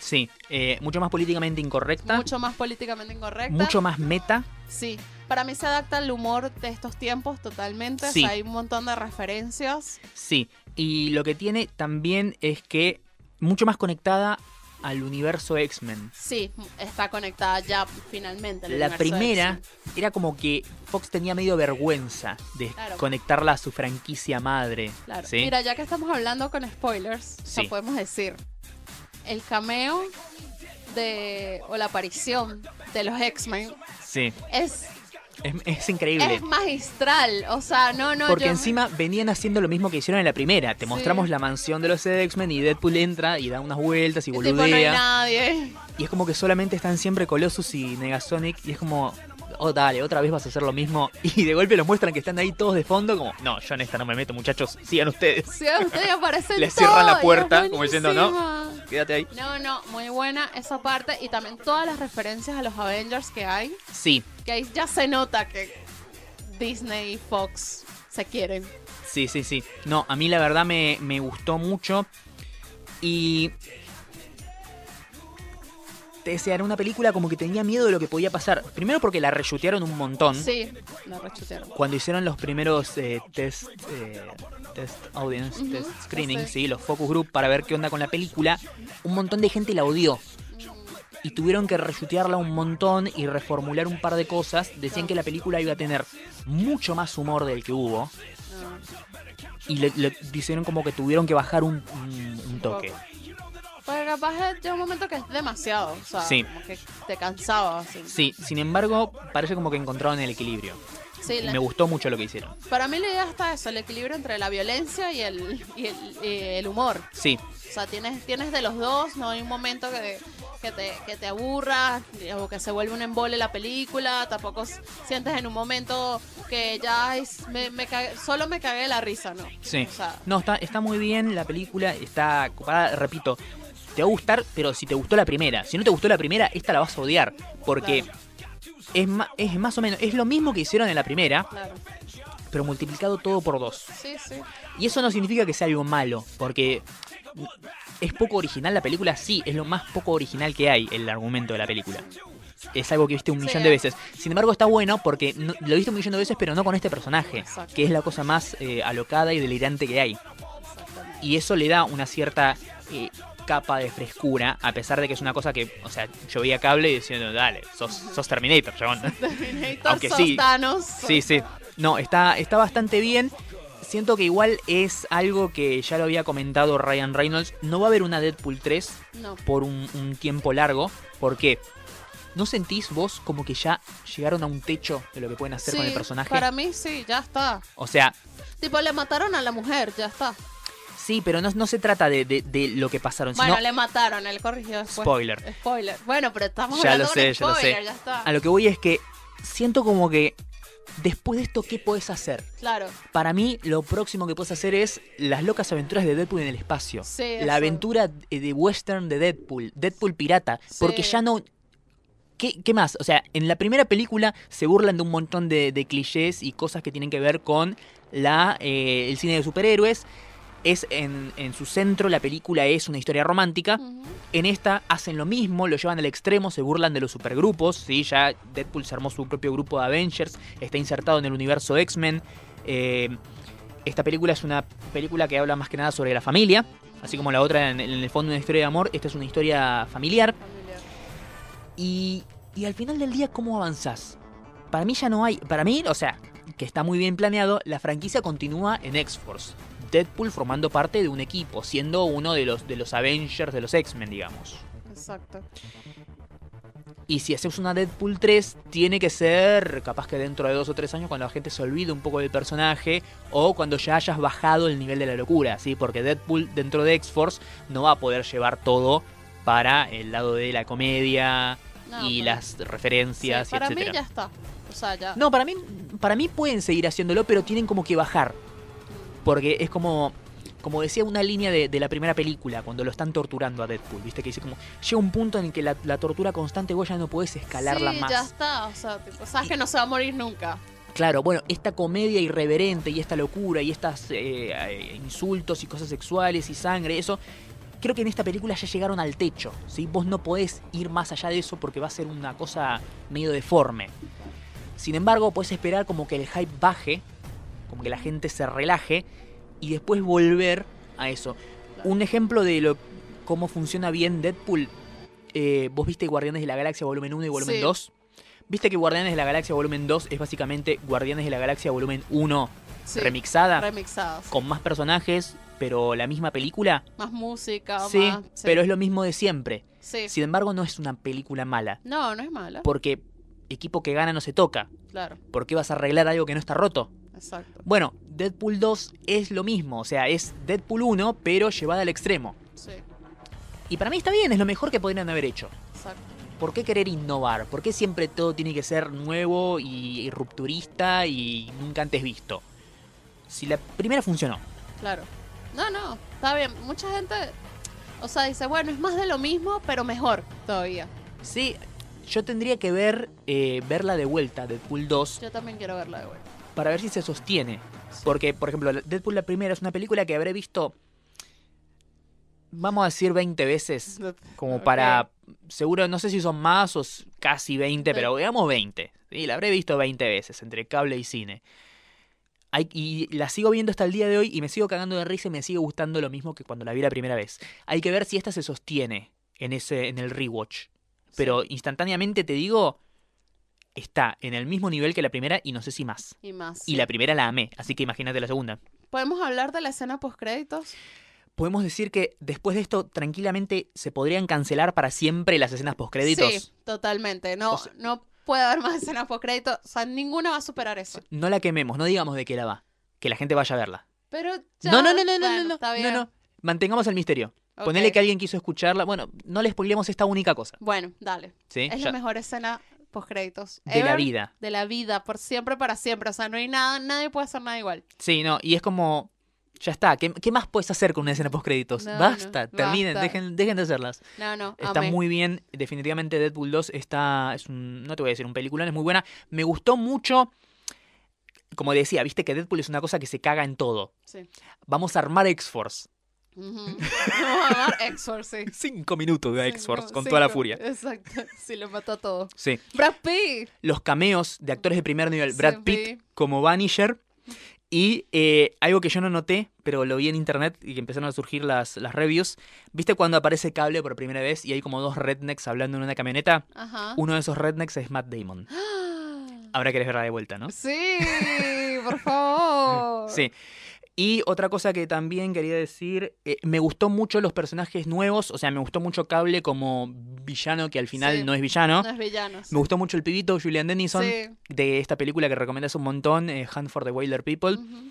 Speaker 2: sí. Eh, mucho más políticamente incorrecta, mucho,
Speaker 1: mucho más políticamente incorrecta.
Speaker 2: más meta.
Speaker 1: Sí. Para mí se adapta al humor de estos tiempos totalmente. O
Speaker 2: Sí.
Speaker 1: sea, hay un montón de referencias.
Speaker 2: Sí. Y lo que tiene también es que mucho más conectada al universo X-Men.
Speaker 1: Sí, está conectada ya finalmente. al
Speaker 2: La
Speaker 1: universo de
Speaker 2: primera
Speaker 1: X-Men.
Speaker 2: era como que Fox tenía medio vergüenza de
Speaker 1: Claro.
Speaker 2: conectarla a su franquicia madre.
Speaker 1: Claro.
Speaker 2: ¿sí?
Speaker 1: Mira, ya que estamos hablando con spoilers,
Speaker 2: Sí.
Speaker 1: ya podemos decir el cameo de o la aparición de los X-Men
Speaker 2: Sí.
Speaker 1: es,
Speaker 2: Es, es increíble.
Speaker 1: es magistral, o sea, no no
Speaker 2: Porque
Speaker 1: yo-
Speaker 2: encima venían haciendo lo mismo que hicieron en la primera. Te
Speaker 1: Sí.
Speaker 2: mostramos la mansión de los X-Men y Deadpool entra y da unas vueltas y
Speaker 1: tipo, no hay
Speaker 2: boludea.
Speaker 1: nadie.
Speaker 2: y es como que solamente están siempre Colossus y Negasonic. Y es como, oh dale, otra vez vas a hacer lo mismo. Y de golpe los muestran que están ahí todos de fondo, como, no, yo en esta no me meto, muchachos, sigan ustedes.
Speaker 1: Sí, a ustedes aparecen
Speaker 2: Le cierran la
Speaker 1: todos,
Speaker 2: puerta,
Speaker 1: es
Speaker 2: como diciendo, no.
Speaker 1: buenísima.
Speaker 2: Quédate ahí.
Speaker 1: No, no, muy buena esa parte y también todas las referencias a los Avengers que hay,
Speaker 2: Sí,
Speaker 1: que ahí ya se nota que Disney y Fox se quieren.
Speaker 2: sí, sí, sí. No, a mí la verdad me, me gustó mucho. Y. Te decía, era una película como que tenía miedo de lo que podía pasar. Primero porque la reshutearon un montón.
Speaker 1: Sí, la rechutearon.
Speaker 2: cuando hicieron los primeros eh, test, eh, test audience,
Speaker 1: Ujú,
Speaker 2: test screening,
Speaker 1: sí.
Speaker 2: sí, los focus group para ver qué onda con la película, un montón de gente la odió.
Speaker 1: Mm,
Speaker 2: Y tuvieron que reshutearla un montón y reformular un par de cosas. Decían que la película iba a tener mucho más humor del que hubo.
Speaker 1: No.
Speaker 2: Y le, le hicieron como que tuvieron que bajar un, un- un toque.
Speaker 1: Pero capaz llega un momento que es demasiado, o sea,
Speaker 2: Sí.
Speaker 1: como que te cansaba así.
Speaker 2: Sí, sin embargo, parece como que encontraron el equilibrio.
Speaker 1: Sí,
Speaker 2: Y
Speaker 1: la-
Speaker 2: me gustó mucho lo que hicieron.
Speaker 1: para mí la idea está eso, el equilibrio entre la violencia y el, y el, y el humor.
Speaker 2: Sí,
Speaker 1: O sea, tienes, tienes de los dos, no hay un momento que, que te, que te aburras o que se vuelve un embole la película, tampoco s- sientes en un momento que ya es- me, me cagué- solo me cagué de la risa, ¿no?
Speaker 2: Sí.
Speaker 1: O sea,
Speaker 2: No, está, está muy bien la película, está copada, repito. Te va a gustar, pero si te gustó la primera. Si no te gustó la primera, esta la vas a odiar. Porque
Speaker 1: Claro.
Speaker 2: es, ma- es más o menos, es lo mismo que hicieron en la primera,
Speaker 1: claro.
Speaker 2: pero multiplicado todo por dos.
Speaker 1: Sí, sí.
Speaker 2: Y eso no significa que sea algo malo, porque es poco original la película, sí, es lo más poco original que hay el argumento de la película. Es algo que viste un
Speaker 1: Sí.
Speaker 2: millón de veces. Sin embargo, está bueno porque no- lo viste un millón de veces, pero no con este personaje,
Speaker 1: Exacto.
Speaker 2: que es la cosa más eh, alocada y delirante que hay
Speaker 1: exactamente.
Speaker 2: y eso le da una cierta eh, capa de frescura, a pesar de que es una cosa que, o sea, yo veía cable y diciendo, dale, sos, sos Terminator, chabón.
Speaker 1: Terminator,
Speaker 2: Aunque sí.
Speaker 1: sos Thanos,
Speaker 2: sí, sí. No, está, está bastante bien. Siento que igual es algo que ya lo había comentado Ryan Reynolds. No va a haber una Deadpool 3
Speaker 1: No,
Speaker 2: por un, un tiempo largo. ¿Por qué? ¿No sentís vos como que ya llegaron a un techo de lo que pueden hacer con el
Speaker 1: Sí,
Speaker 2: personaje?
Speaker 1: Para mí sí, ya está.
Speaker 2: O sea,
Speaker 1: Tipo, le mataron a la mujer, ya está.
Speaker 2: sí, pero no, no se trata de, de- de lo que pasaron,
Speaker 1: Bueno,
Speaker 2: sino...
Speaker 1: le mataron, él corrigió después.
Speaker 2: Spoiler.
Speaker 1: Spoiler. Bueno, pero estamos
Speaker 2: Ya
Speaker 1: hablando
Speaker 2: lo
Speaker 1: de un
Speaker 2: sé, ya lo sé.
Speaker 1: spoiler, ya está.
Speaker 2: A lo que voy es que siento como que después de esto, ¿qué puedes hacer?
Speaker 1: Claro.
Speaker 2: Para mí, lo próximo que puedes hacer es las locas aventuras de Deadpool en el espacio.
Speaker 1: Sí, eso.
Speaker 2: la aventura eh, de western de Deadpool, Deadpool pirata.
Speaker 1: Sí.
Speaker 2: Porque ya no. ¿Qué, qué más? O sea, en la primera película se burlan de un montón de, de clichés y cosas que tienen que ver con la, eh, el cine de superhéroes. Es en, en su centro, la película es una historia romántica.
Speaker 1: Ujú.
Speaker 2: En esta hacen lo mismo, lo llevan al extremo, se burlan de los supergrupos, ¿sí? ya Deadpool se armó su propio grupo de Avengers, está insertado en el universo X-Men. Eh, esta película es una película que habla más que nada sobre la familia, así como la otra en, en el fondo una historia de amor, esta es una historia familiar.
Speaker 1: Familiar.
Speaker 2: Y, y al final del día, ¿cómo avanzás? Para mí ya no hay, para mí, o sea, que está muy bien planeado, la franquicia continúa en X-Force. Deadpool formando parte de un equipo, siendo uno de los, de los Avengers, de los X-Men, digamos.
Speaker 1: Exacto.
Speaker 2: Y si haces una Deadpool 3, tiene que ser capaz que dentro de dos o tres años, cuando la gente se olvide un poco del personaje, o cuando ya hayas bajado el nivel de la locura, ¿sí? Porque Deadpool dentro de X-Force no va a poder llevar todo para el lado de la comedia
Speaker 1: No,
Speaker 2: y
Speaker 1: pero-
Speaker 2: las
Speaker 1: sí,
Speaker 2: referencias, y
Speaker 1: Para mí
Speaker 2: etcétera.
Speaker 1: ya está. O sea, ya.
Speaker 2: No, para mí, para mí pueden seguir haciéndolo, pero tienen como que bajar. Porque es como. Como decía una línea de, de la primera película, cuando lo están torturando a Deadpool, ¿viste? Que dice como. Llega un punto en el que la, la tortura constante vos ya no puedes escalarla
Speaker 1: sí,
Speaker 2: más.
Speaker 1: ya está. O sea, tipo, sabes que no se va a morir nunca.
Speaker 2: Claro, bueno, esta comedia irreverente y esta locura y estas eh, eh, insultos y cosas sexuales y sangre, eso. Creo que en esta película ya llegaron al techo, ¿sí? Vos no podés ir más allá de eso porque va a ser una cosa medio deforme. Sin embargo, podés esperar como que el hype baje, como que la gente se relaje y después volver a eso. Un ejemplo de lo cómo funciona bien Deadpool, eh, vos viste Guardianes de la Galaxia volumen 1 y volumen
Speaker 1: Sí.
Speaker 2: 2. Viste que Guardianes de la Galaxia volumen 2 es básicamente Guardianes de la Galaxia volumen 1
Speaker 1: Sí,
Speaker 2: remixada,
Speaker 1: Remixadas.
Speaker 2: con más personajes, pero la misma película.
Speaker 1: Más música.
Speaker 2: sí,
Speaker 1: más- sí,
Speaker 2: pero es lo mismo de siempre.
Speaker 1: sí.
Speaker 2: Sin embargo, no es una película mala,
Speaker 1: No, no es mala.
Speaker 2: porque equipo que gana no se toca.
Speaker 1: Claro,
Speaker 2: ¿Por qué vas a arreglar algo que no está roto?
Speaker 1: exacto.
Speaker 2: Bueno, Deadpool 2 es lo mismo, o sea, es Deadpool 1, pero llevada al extremo.
Speaker 1: Sí,
Speaker 2: Y para mí está bien, es lo mejor que podrían haber hecho.
Speaker 1: exacto.
Speaker 2: ¿Por qué querer innovar? ¿Por qué siempre todo tiene que ser nuevo y, y rupturista y nunca antes visto? Si la primera funcionó.
Speaker 1: Claro. No, no, está bien. Mucha gente, o sea, dice, bueno, es más de lo mismo, pero mejor todavía.
Speaker 2: Sí, yo tendría que ver eh, verla de vuelta, Deadpool 2,
Speaker 1: Yo también quiero verla de vuelta.
Speaker 2: para ver si se sostiene. Porque, por ejemplo, la- Deadpool la primera es una película que habré visto, vamos a decir 20 veces, como
Speaker 1: Ok.
Speaker 2: para, seguro, no sé si son más o s- casi 20, pero digamos 20. Sí, la habré visto 20 veces entre cable y cine. Hay- y la sigo viendo hasta el día de hoy y me sigo cagando de risa y me sigue gustando lo mismo que cuando la vi la primera vez. Hay que ver si esta se sostiene en, ese, en el rewatch. Pero instantáneamente te digo, está en el mismo nivel que la primera y no sé si más.
Speaker 1: Y más.
Speaker 2: Y la primera la amé, así que imagínate la segunda.
Speaker 1: ¿Podemos hablar de la escena postcréditos?
Speaker 2: Podemos decir que después de esto, tranquilamente se podrían cancelar para siempre las escenas postcréditos.
Speaker 1: Sí, totalmente. No,
Speaker 2: O sea-
Speaker 1: no puede haber más escenas postcréditos. O sea, ninguna va a superar eso.
Speaker 2: No la quememos, no digamos de qué la va. Que la gente vaya a verla.
Speaker 1: Pero ya,
Speaker 2: no, no, no, no, no,
Speaker 1: bueno,
Speaker 2: no,
Speaker 1: está
Speaker 2: no,
Speaker 1: bien.
Speaker 2: no, no. Mantengamos el misterio.
Speaker 1: Ok.
Speaker 2: Ponele que alguien quiso escucharla. Bueno, no le spoilemos esta única cosa.
Speaker 1: Bueno, dale.
Speaker 2: ¿sí?
Speaker 1: Es
Speaker 2: Eh, Ya-
Speaker 1: la mejor escena postcréditos.
Speaker 2: de la
Speaker 1: ever,
Speaker 2: vida.
Speaker 1: De la vida, por siempre, para siempre. O sea, no hay nada, nadie puede hacer nada igual.
Speaker 2: Sí, no, y es como. Ya está. ¿Qué, qué más puedes hacer con una escena postcréditos?
Speaker 1: No, no,
Speaker 2: basta, terminen,
Speaker 1: basta.
Speaker 2: Dejen, dejen de hacerlas.
Speaker 1: No, no,
Speaker 2: Está
Speaker 1: amé.
Speaker 2: muy bien, definitivamente Deadpool 2 está, es un, no te voy a decir un peliculón, es muy buena. Me gustó mucho, como decía, viste que Deadpool es una cosa que se caga en todo.
Speaker 1: Sí.
Speaker 2: Vamos a armar X-Force.
Speaker 1: Ujú. Vamos a hablar Exorcist.
Speaker 2: Cinco minutos de
Speaker 1: Sí,
Speaker 2: X-Force,
Speaker 1: no,
Speaker 2: con
Speaker 1: sí,
Speaker 2: toda la
Speaker 1: no,
Speaker 2: furia.
Speaker 1: Exacto, sí, lo mató a todo.
Speaker 2: Sí.
Speaker 1: Brad Pitt.
Speaker 2: Los cameos de actores de primer nivel. Brad
Speaker 1: Sí,
Speaker 2: Pitt
Speaker 1: vi.
Speaker 2: como Vanisher. Y eh, algo que yo no noté, pero lo vi en internet y que empezaron a surgir las, las reviews. ¿Viste cuando aparece cable por primera vez y hay como dos rednecks hablando en una camioneta?
Speaker 1: Ajá.
Speaker 2: Uno de esos rednecks es Matt Damon.
Speaker 1: ¡Ah!
Speaker 2: Ahora querés verla de vuelta, ¿no?
Speaker 1: Sí, por favor.
Speaker 2: Sí. Y otra cosa que también quería decir, eh, me gustó mucho los personajes nuevos, o sea, me gustó mucho Cable como villano que al final
Speaker 1: Sí.
Speaker 2: no es villano.
Speaker 1: No es villano. sí.
Speaker 2: Me gustó mucho el pibito Julian Dennison
Speaker 1: Sí.
Speaker 2: de esta película que recomendas un montón, eh, Hunt for the Wilder People.
Speaker 1: Ujú.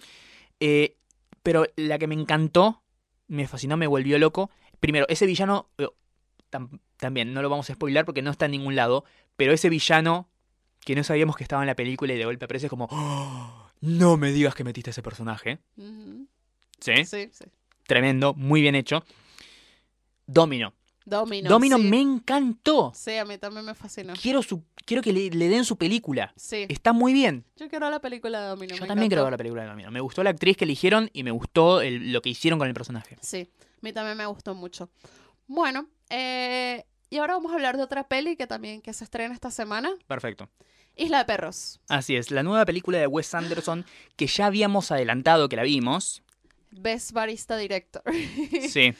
Speaker 2: Eh, pero la que me encantó, me fascinó, me volvió loco. Primero, ese villano, eh, tam- también no lo vamos a spoilar porque no está en ningún lado, pero ese villano que no sabíamos que estaba en la película y de golpe aparece es como, "Oh, no me digas que metiste a ese personaje.
Speaker 1: Ujú.
Speaker 2: Sí.
Speaker 1: Sí, sí.
Speaker 2: Tremendo, muy bien hecho. Domino.
Speaker 1: Domino.
Speaker 2: Domino
Speaker 1: sí.
Speaker 2: me encantó.
Speaker 1: Sí, a mí también me fascinó.
Speaker 2: Quiero, su- quiero que le, le den su película.
Speaker 1: Sí.
Speaker 2: Está muy bien.
Speaker 1: Yo quiero la película de Domino.
Speaker 2: Yo
Speaker 1: me
Speaker 2: también quiero ver
Speaker 1: encantó.
Speaker 2: la película de Domino. Me gustó la actriz que eligieron y me gustó el- lo que hicieron con el personaje.
Speaker 1: Sí, a mí también me gustó mucho. Bueno, eh, y ahora vamos a hablar de otra peli que también que se estrena esta semana.
Speaker 2: Perfecto.
Speaker 1: Isla de Perros.
Speaker 2: Así es, la nueva película de Wes Anderson, que ya habíamos adelantado que la vimos.
Speaker 1: Best Barista Director.
Speaker 2: Sí. Mm.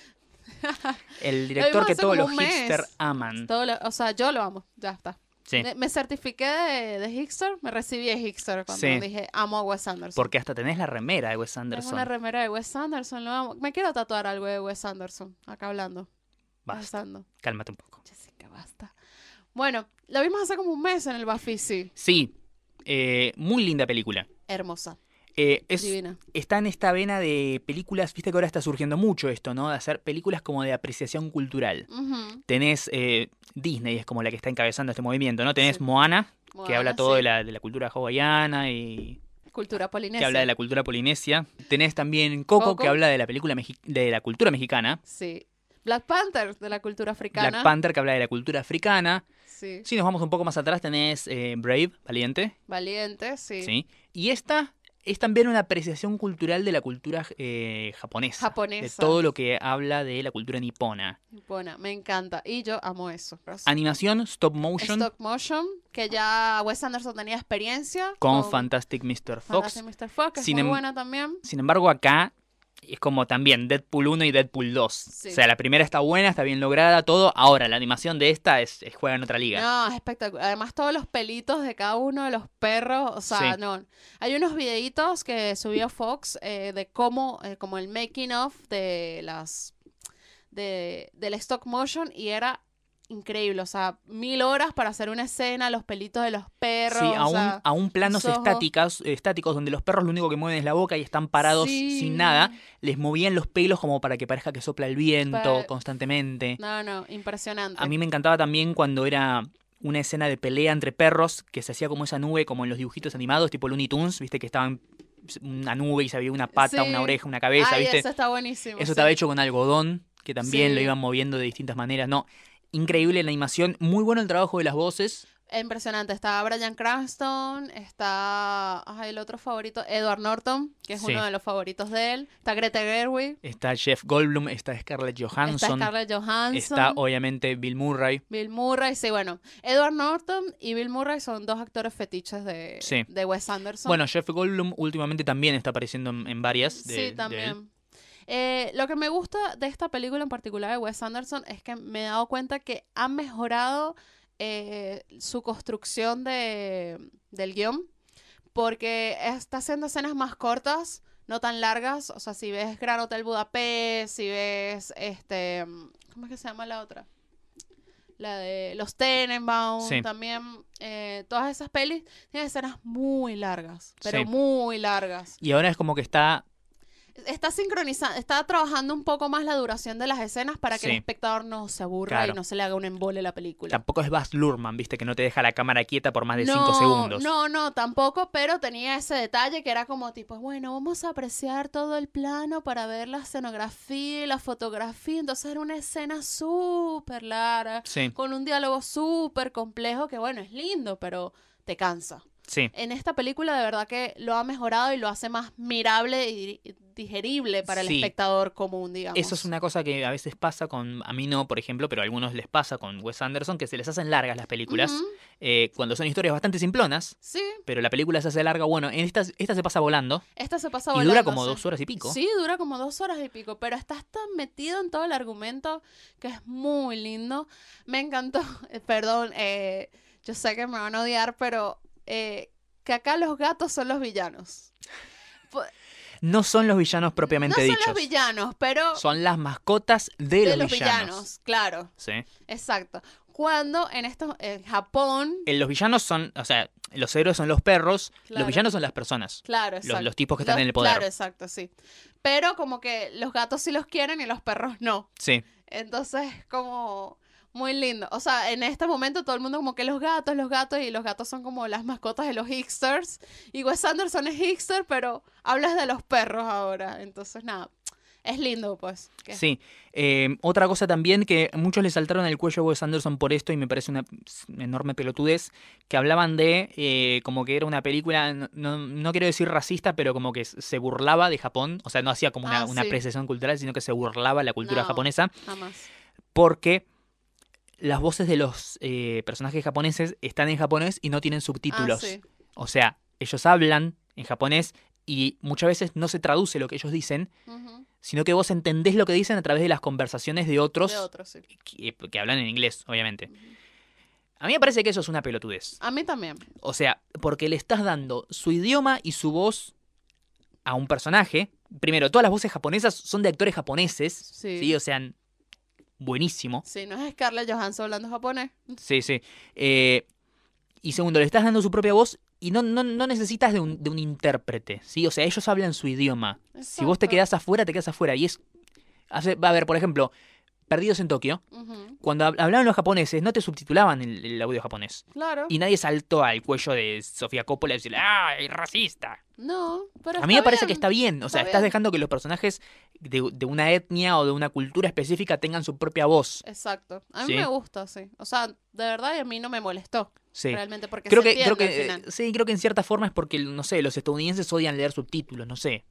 Speaker 2: El director
Speaker 1: vimos
Speaker 2: que
Speaker 1: hace
Speaker 2: todos
Speaker 1: como
Speaker 2: los
Speaker 1: un mes.
Speaker 2: hipster aman.
Speaker 1: Todo lo- o sea, yo lo amo, ya está.
Speaker 2: Sí.
Speaker 1: Me- Me certifiqué de, de Hipster, me recibí de Hipster cuando
Speaker 2: Sí.
Speaker 1: dije amo a Wes Anderson.
Speaker 2: Porque hasta tenés la remera de Wes
Speaker 1: Tengo una
Speaker 2: Anderson.
Speaker 1: remera de Wes Anderson, lo amo. Me quiero tatuar algo de Wes Anderson, acá hablando.
Speaker 2: Basta,
Speaker 1: Pensando.
Speaker 2: cálmate un poco.
Speaker 1: Jessica, basta. Bueno, la vimos hace como un mes en el Bafisi.
Speaker 2: Sí, eh, muy linda película.
Speaker 1: Hermosa,
Speaker 2: Eh, es,
Speaker 1: divina.
Speaker 2: está en esta vena de películas, viste que ahora está surgiendo mucho esto, ¿no? De hacer películas como de apreciación cultural.
Speaker 1: Ujú.
Speaker 2: Tenés eh, Disney, es como la que está encabezando este movimiento, ¿no? Tenés
Speaker 1: Sí.
Speaker 2: Moana, que
Speaker 1: Moana,
Speaker 2: habla todo
Speaker 1: sí.
Speaker 2: de, la, de la cultura hawaiana y
Speaker 1: Cultura polinesia.
Speaker 2: que habla de la cultura polinesia. Tenés también Coco,
Speaker 1: Coco.
Speaker 2: que habla de la película mexi- de la cultura mexicana.
Speaker 1: Sí. Black Panther, de la cultura africana.
Speaker 2: Black Panther, que habla de la cultura africana.
Speaker 1: Sí.
Speaker 2: Si nos vamos un poco más atrás, tenés eh, Brave, Valiente.
Speaker 1: Valiente, sí.
Speaker 2: Sí. Y esta es también una apreciación cultural de la cultura eh, japonesa. De
Speaker 1: Japonesa.
Speaker 2: todo lo que habla de la cultura nipona.
Speaker 1: Buena, me encanta. Y yo amo eso.
Speaker 2: Animación, stop motion,
Speaker 1: Stock Motion, que ya Wes Anderson tenía experiencia.
Speaker 2: con, Fantastic Mr. Fox.
Speaker 1: Fantastic Mr. Fox, que es
Speaker 2: Sin
Speaker 1: muy
Speaker 2: em-
Speaker 1: buena también.
Speaker 2: Sin embargo, acá es como también Deadpool 1 y Deadpool 2.
Speaker 1: Sí.
Speaker 2: O sea, la primera está buena, está bien lograda, todo. Ahora, la animación de esta es, es- juega en otra liga.
Speaker 1: No, es espectacular. Además, todos los pelitos de cada uno de los perros, o sea,
Speaker 2: Sí.
Speaker 1: no. Hay unos videitos que subió Fox eh, de cómo, eh, como el making of de las, de, del stop motion y era increíble. O sea, mil horas para hacer una escena, los pelitos de los perros.
Speaker 2: Sí, a,
Speaker 1: o
Speaker 2: un-
Speaker 1: sea,
Speaker 2: a un planos
Speaker 1: los ojos.
Speaker 2: estáticas, estáticos donde los perros lo único que mueven es la boca y están parados
Speaker 1: Sí.
Speaker 2: sin nada. Les movían los pelos como para que parezca que sopla el viento
Speaker 1: Pa-
Speaker 2: constantemente.
Speaker 1: No, no, impresionante.
Speaker 2: A mí me encantaba también cuando era una escena de pelea entre perros que se hacía como esa nube, como en los dibujitos animados, tipo Looney Tunes, viste que estaban una nube y se había una pata,
Speaker 1: Sí.
Speaker 2: una oreja, una cabeza,
Speaker 1: Ay,
Speaker 2: viste.
Speaker 1: eso está buenísimo.
Speaker 2: Eso
Speaker 1: sí.
Speaker 2: estaba hecho con algodón, que también
Speaker 1: Sí.
Speaker 2: lo iban moviendo de distintas maneras. No, increíble la animación, muy bueno el trabajo de las voces.
Speaker 1: Impresionante. Está Brian Cranston, está ay, el otro favorito, Edward Norton, que es
Speaker 2: Sí.
Speaker 1: uno de los favoritos de él. Está Greta Gerwig,
Speaker 2: Está Jeff Goldblum, está Scarlett
Speaker 1: está
Speaker 2: Johansson,
Speaker 1: Scarlett Johansson,
Speaker 2: está obviamente Bill Murray.
Speaker 1: Bill Murray. Sí, bueno, Edward Norton y Bill Murray son dos actores fetiches de,
Speaker 2: Sí.
Speaker 1: de Wes Anderson.
Speaker 2: Bueno, Jeff Goldblum últimamente también está apareciendo en, en varias. de- de
Speaker 1: sí,
Speaker 2: él.
Speaker 1: también. Eh, lo que me gusta de esta película en particular de Wes Anderson es que me he dado cuenta que ha mejorado eh, su construcción de, del guión, porque está haciendo escenas más cortas, no tan largas. O sea, si ves Gran Hotel Budapest, si ves este. ¿Cómo es que se llama la otra? La de los Tenenbaum,
Speaker 2: Sí.
Speaker 1: también. eh, todas esas pelis tienen escenas muy largas, pero
Speaker 2: Sí.
Speaker 1: muy largas
Speaker 2: Y ahora es como que está
Speaker 1: está sincronizando, está trabajando un poco más la duración de las escenas para que el
Speaker 2: Sí.
Speaker 1: espectador no se aburra
Speaker 2: Claro.
Speaker 1: y no se le haga un embole la película.
Speaker 2: Tampoco es Baz Luhrmann, viste, que no te deja la cámara quieta por más de 5
Speaker 1: no,
Speaker 2: segundos.
Speaker 1: No, no, tampoco, pero tenía ese detalle que era como tipo, bueno, vamos a apreciar todo el plano para ver la escenografía y la fotografía. Entonces era una escena súper larga,
Speaker 2: Sí,
Speaker 1: con un diálogo súper complejo que bueno, es lindo, pero te cansa.
Speaker 2: sí.
Speaker 1: En esta película de verdad que lo ha mejorado y lo hace más mirable y digerible para el
Speaker 2: Sí.
Speaker 1: espectador común, digamos.
Speaker 2: Eso es una cosa que a veces pasa con, a mí no, por ejemplo, pero a algunos les pasa con Wes Anderson, que se les hacen largas las películas,
Speaker 1: Ujú,
Speaker 2: eh, cuando son historias bastante simplonas,
Speaker 1: Sí,
Speaker 2: pero la película se hace larga, bueno, en esta, esta se pasa volando,
Speaker 1: esta se pasa
Speaker 2: y
Speaker 1: volando.
Speaker 2: dura como
Speaker 1: sí.
Speaker 2: dos horas y pico.
Speaker 1: Sí, dura como dos horas y pico, pero estás tan metido en todo el argumento que es muy lindo. Me encantó, eh, perdón, eh, yo sé que me van a odiar, pero eh, que acá los gatos son los villanos.
Speaker 2: No son los villanos propiamente
Speaker 1: no
Speaker 2: dichos.
Speaker 1: son los villanos, pero
Speaker 2: Son las mascotas de,
Speaker 1: de
Speaker 2: los,
Speaker 1: los
Speaker 2: villanos.
Speaker 1: villanos, claro,
Speaker 2: Sí.
Speaker 1: exacto. Cuando en estos, en Japón,
Speaker 2: Eh, Los villanos son, o sea, los héroes son los perros,
Speaker 1: Claro.
Speaker 2: los villanos son las personas.
Speaker 1: claro,
Speaker 2: Los,
Speaker 1: exacto.
Speaker 2: los tipos que están
Speaker 1: Los-
Speaker 2: en el poder.
Speaker 1: Claro, exacto, sí. Pero como que los gatos sí los quieren y los perros no.
Speaker 2: Sí.
Speaker 1: Entonces, como muy lindo. O sea, en este momento todo el mundo como que los gatos, los gatos, y los gatos son como las mascotas de los hipsters. Y Wes Anderson es hipster, pero hablas de los perros ahora. Entonces, nada, es lindo, pues. que-
Speaker 2: Sí. Eh, otra cosa también que muchos le saltaron el cuello a Wes Anderson por esto y me parece una enorme pelotudez, que hablaban de eh, como que era una película, no, no- no quiero decir racista, pero como que se burlaba de Japón, o sea, no hacía como una,
Speaker 1: Ah,
Speaker 2: una
Speaker 1: sí.
Speaker 2: apreciación cultural, sino que se burlaba de la cultura
Speaker 1: No.
Speaker 2: japonesa,
Speaker 1: Jamás. Ah,
Speaker 2: porque las voces de los eh, personajes japoneses están en japonés y no tienen subtítulos.
Speaker 1: Ah, sí.
Speaker 2: O sea, ellos hablan en japonés y muchas veces no se traduce lo que ellos dicen
Speaker 1: Ujú.
Speaker 2: sino que vos entendés lo que dicen a través de las conversaciones de otros
Speaker 1: De otros, sí.
Speaker 2: que, eh, que hablan en inglés, obviamente. A mí me parece que eso es una pelotudez.
Speaker 1: A mí también.
Speaker 2: O sea, porque le estás dando su idioma y su voz a un personaje. Primero, todas las voces japonesas son de actores japoneses,
Speaker 1: Sí.
Speaker 2: ¿sí? O sea, buenísimo.
Speaker 1: Sí, no es Scarlett Johansson hablando japonés.
Speaker 2: Sí, sí. Eh, y segundo, le estás dando su propia voz y no, no, no necesitas de un, de un intérprete, ¿sí? O sea, ellos hablan su idioma. Si vos te
Speaker 1: Exacto.
Speaker 2: quedás afuera, te quedás afuera. Y es... hace- va a haber, por ejemplo, Perdidos en Tokio,
Speaker 1: Ujú.
Speaker 2: cuando hab- hablaban los japoneses, no te subtitulaban el, el audio japonés.
Speaker 1: Claro.
Speaker 2: Y nadie saltó al cuello de Sofía Coppola y decir, ¡ah, es racista!
Speaker 1: No, pero
Speaker 2: A mí
Speaker 1: está
Speaker 2: me parece que
Speaker 1: bien.
Speaker 2: está bien. O sea,
Speaker 1: está
Speaker 2: estás
Speaker 1: bien.
Speaker 2: dejando que los personajes de, de una etnia o de una cultura específica tengan su propia voz.
Speaker 1: Exacto. A mí
Speaker 2: Sí.
Speaker 1: me gusta, sí. O sea, de verdad, y a mí no me molestó
Speaker 2: Sí.
Speaker 1: realmente porque
Speaker 2: Creo
Speaker 1: se
Speaker 2: que, creo
Speaker 1: entiende al
Speaker 2: que,
Speaker 1: final.
Speaker 2: eh, sí, creo que en cierta forma es porque, no sé, los estadounidenses odian leer subtítulos, no sé.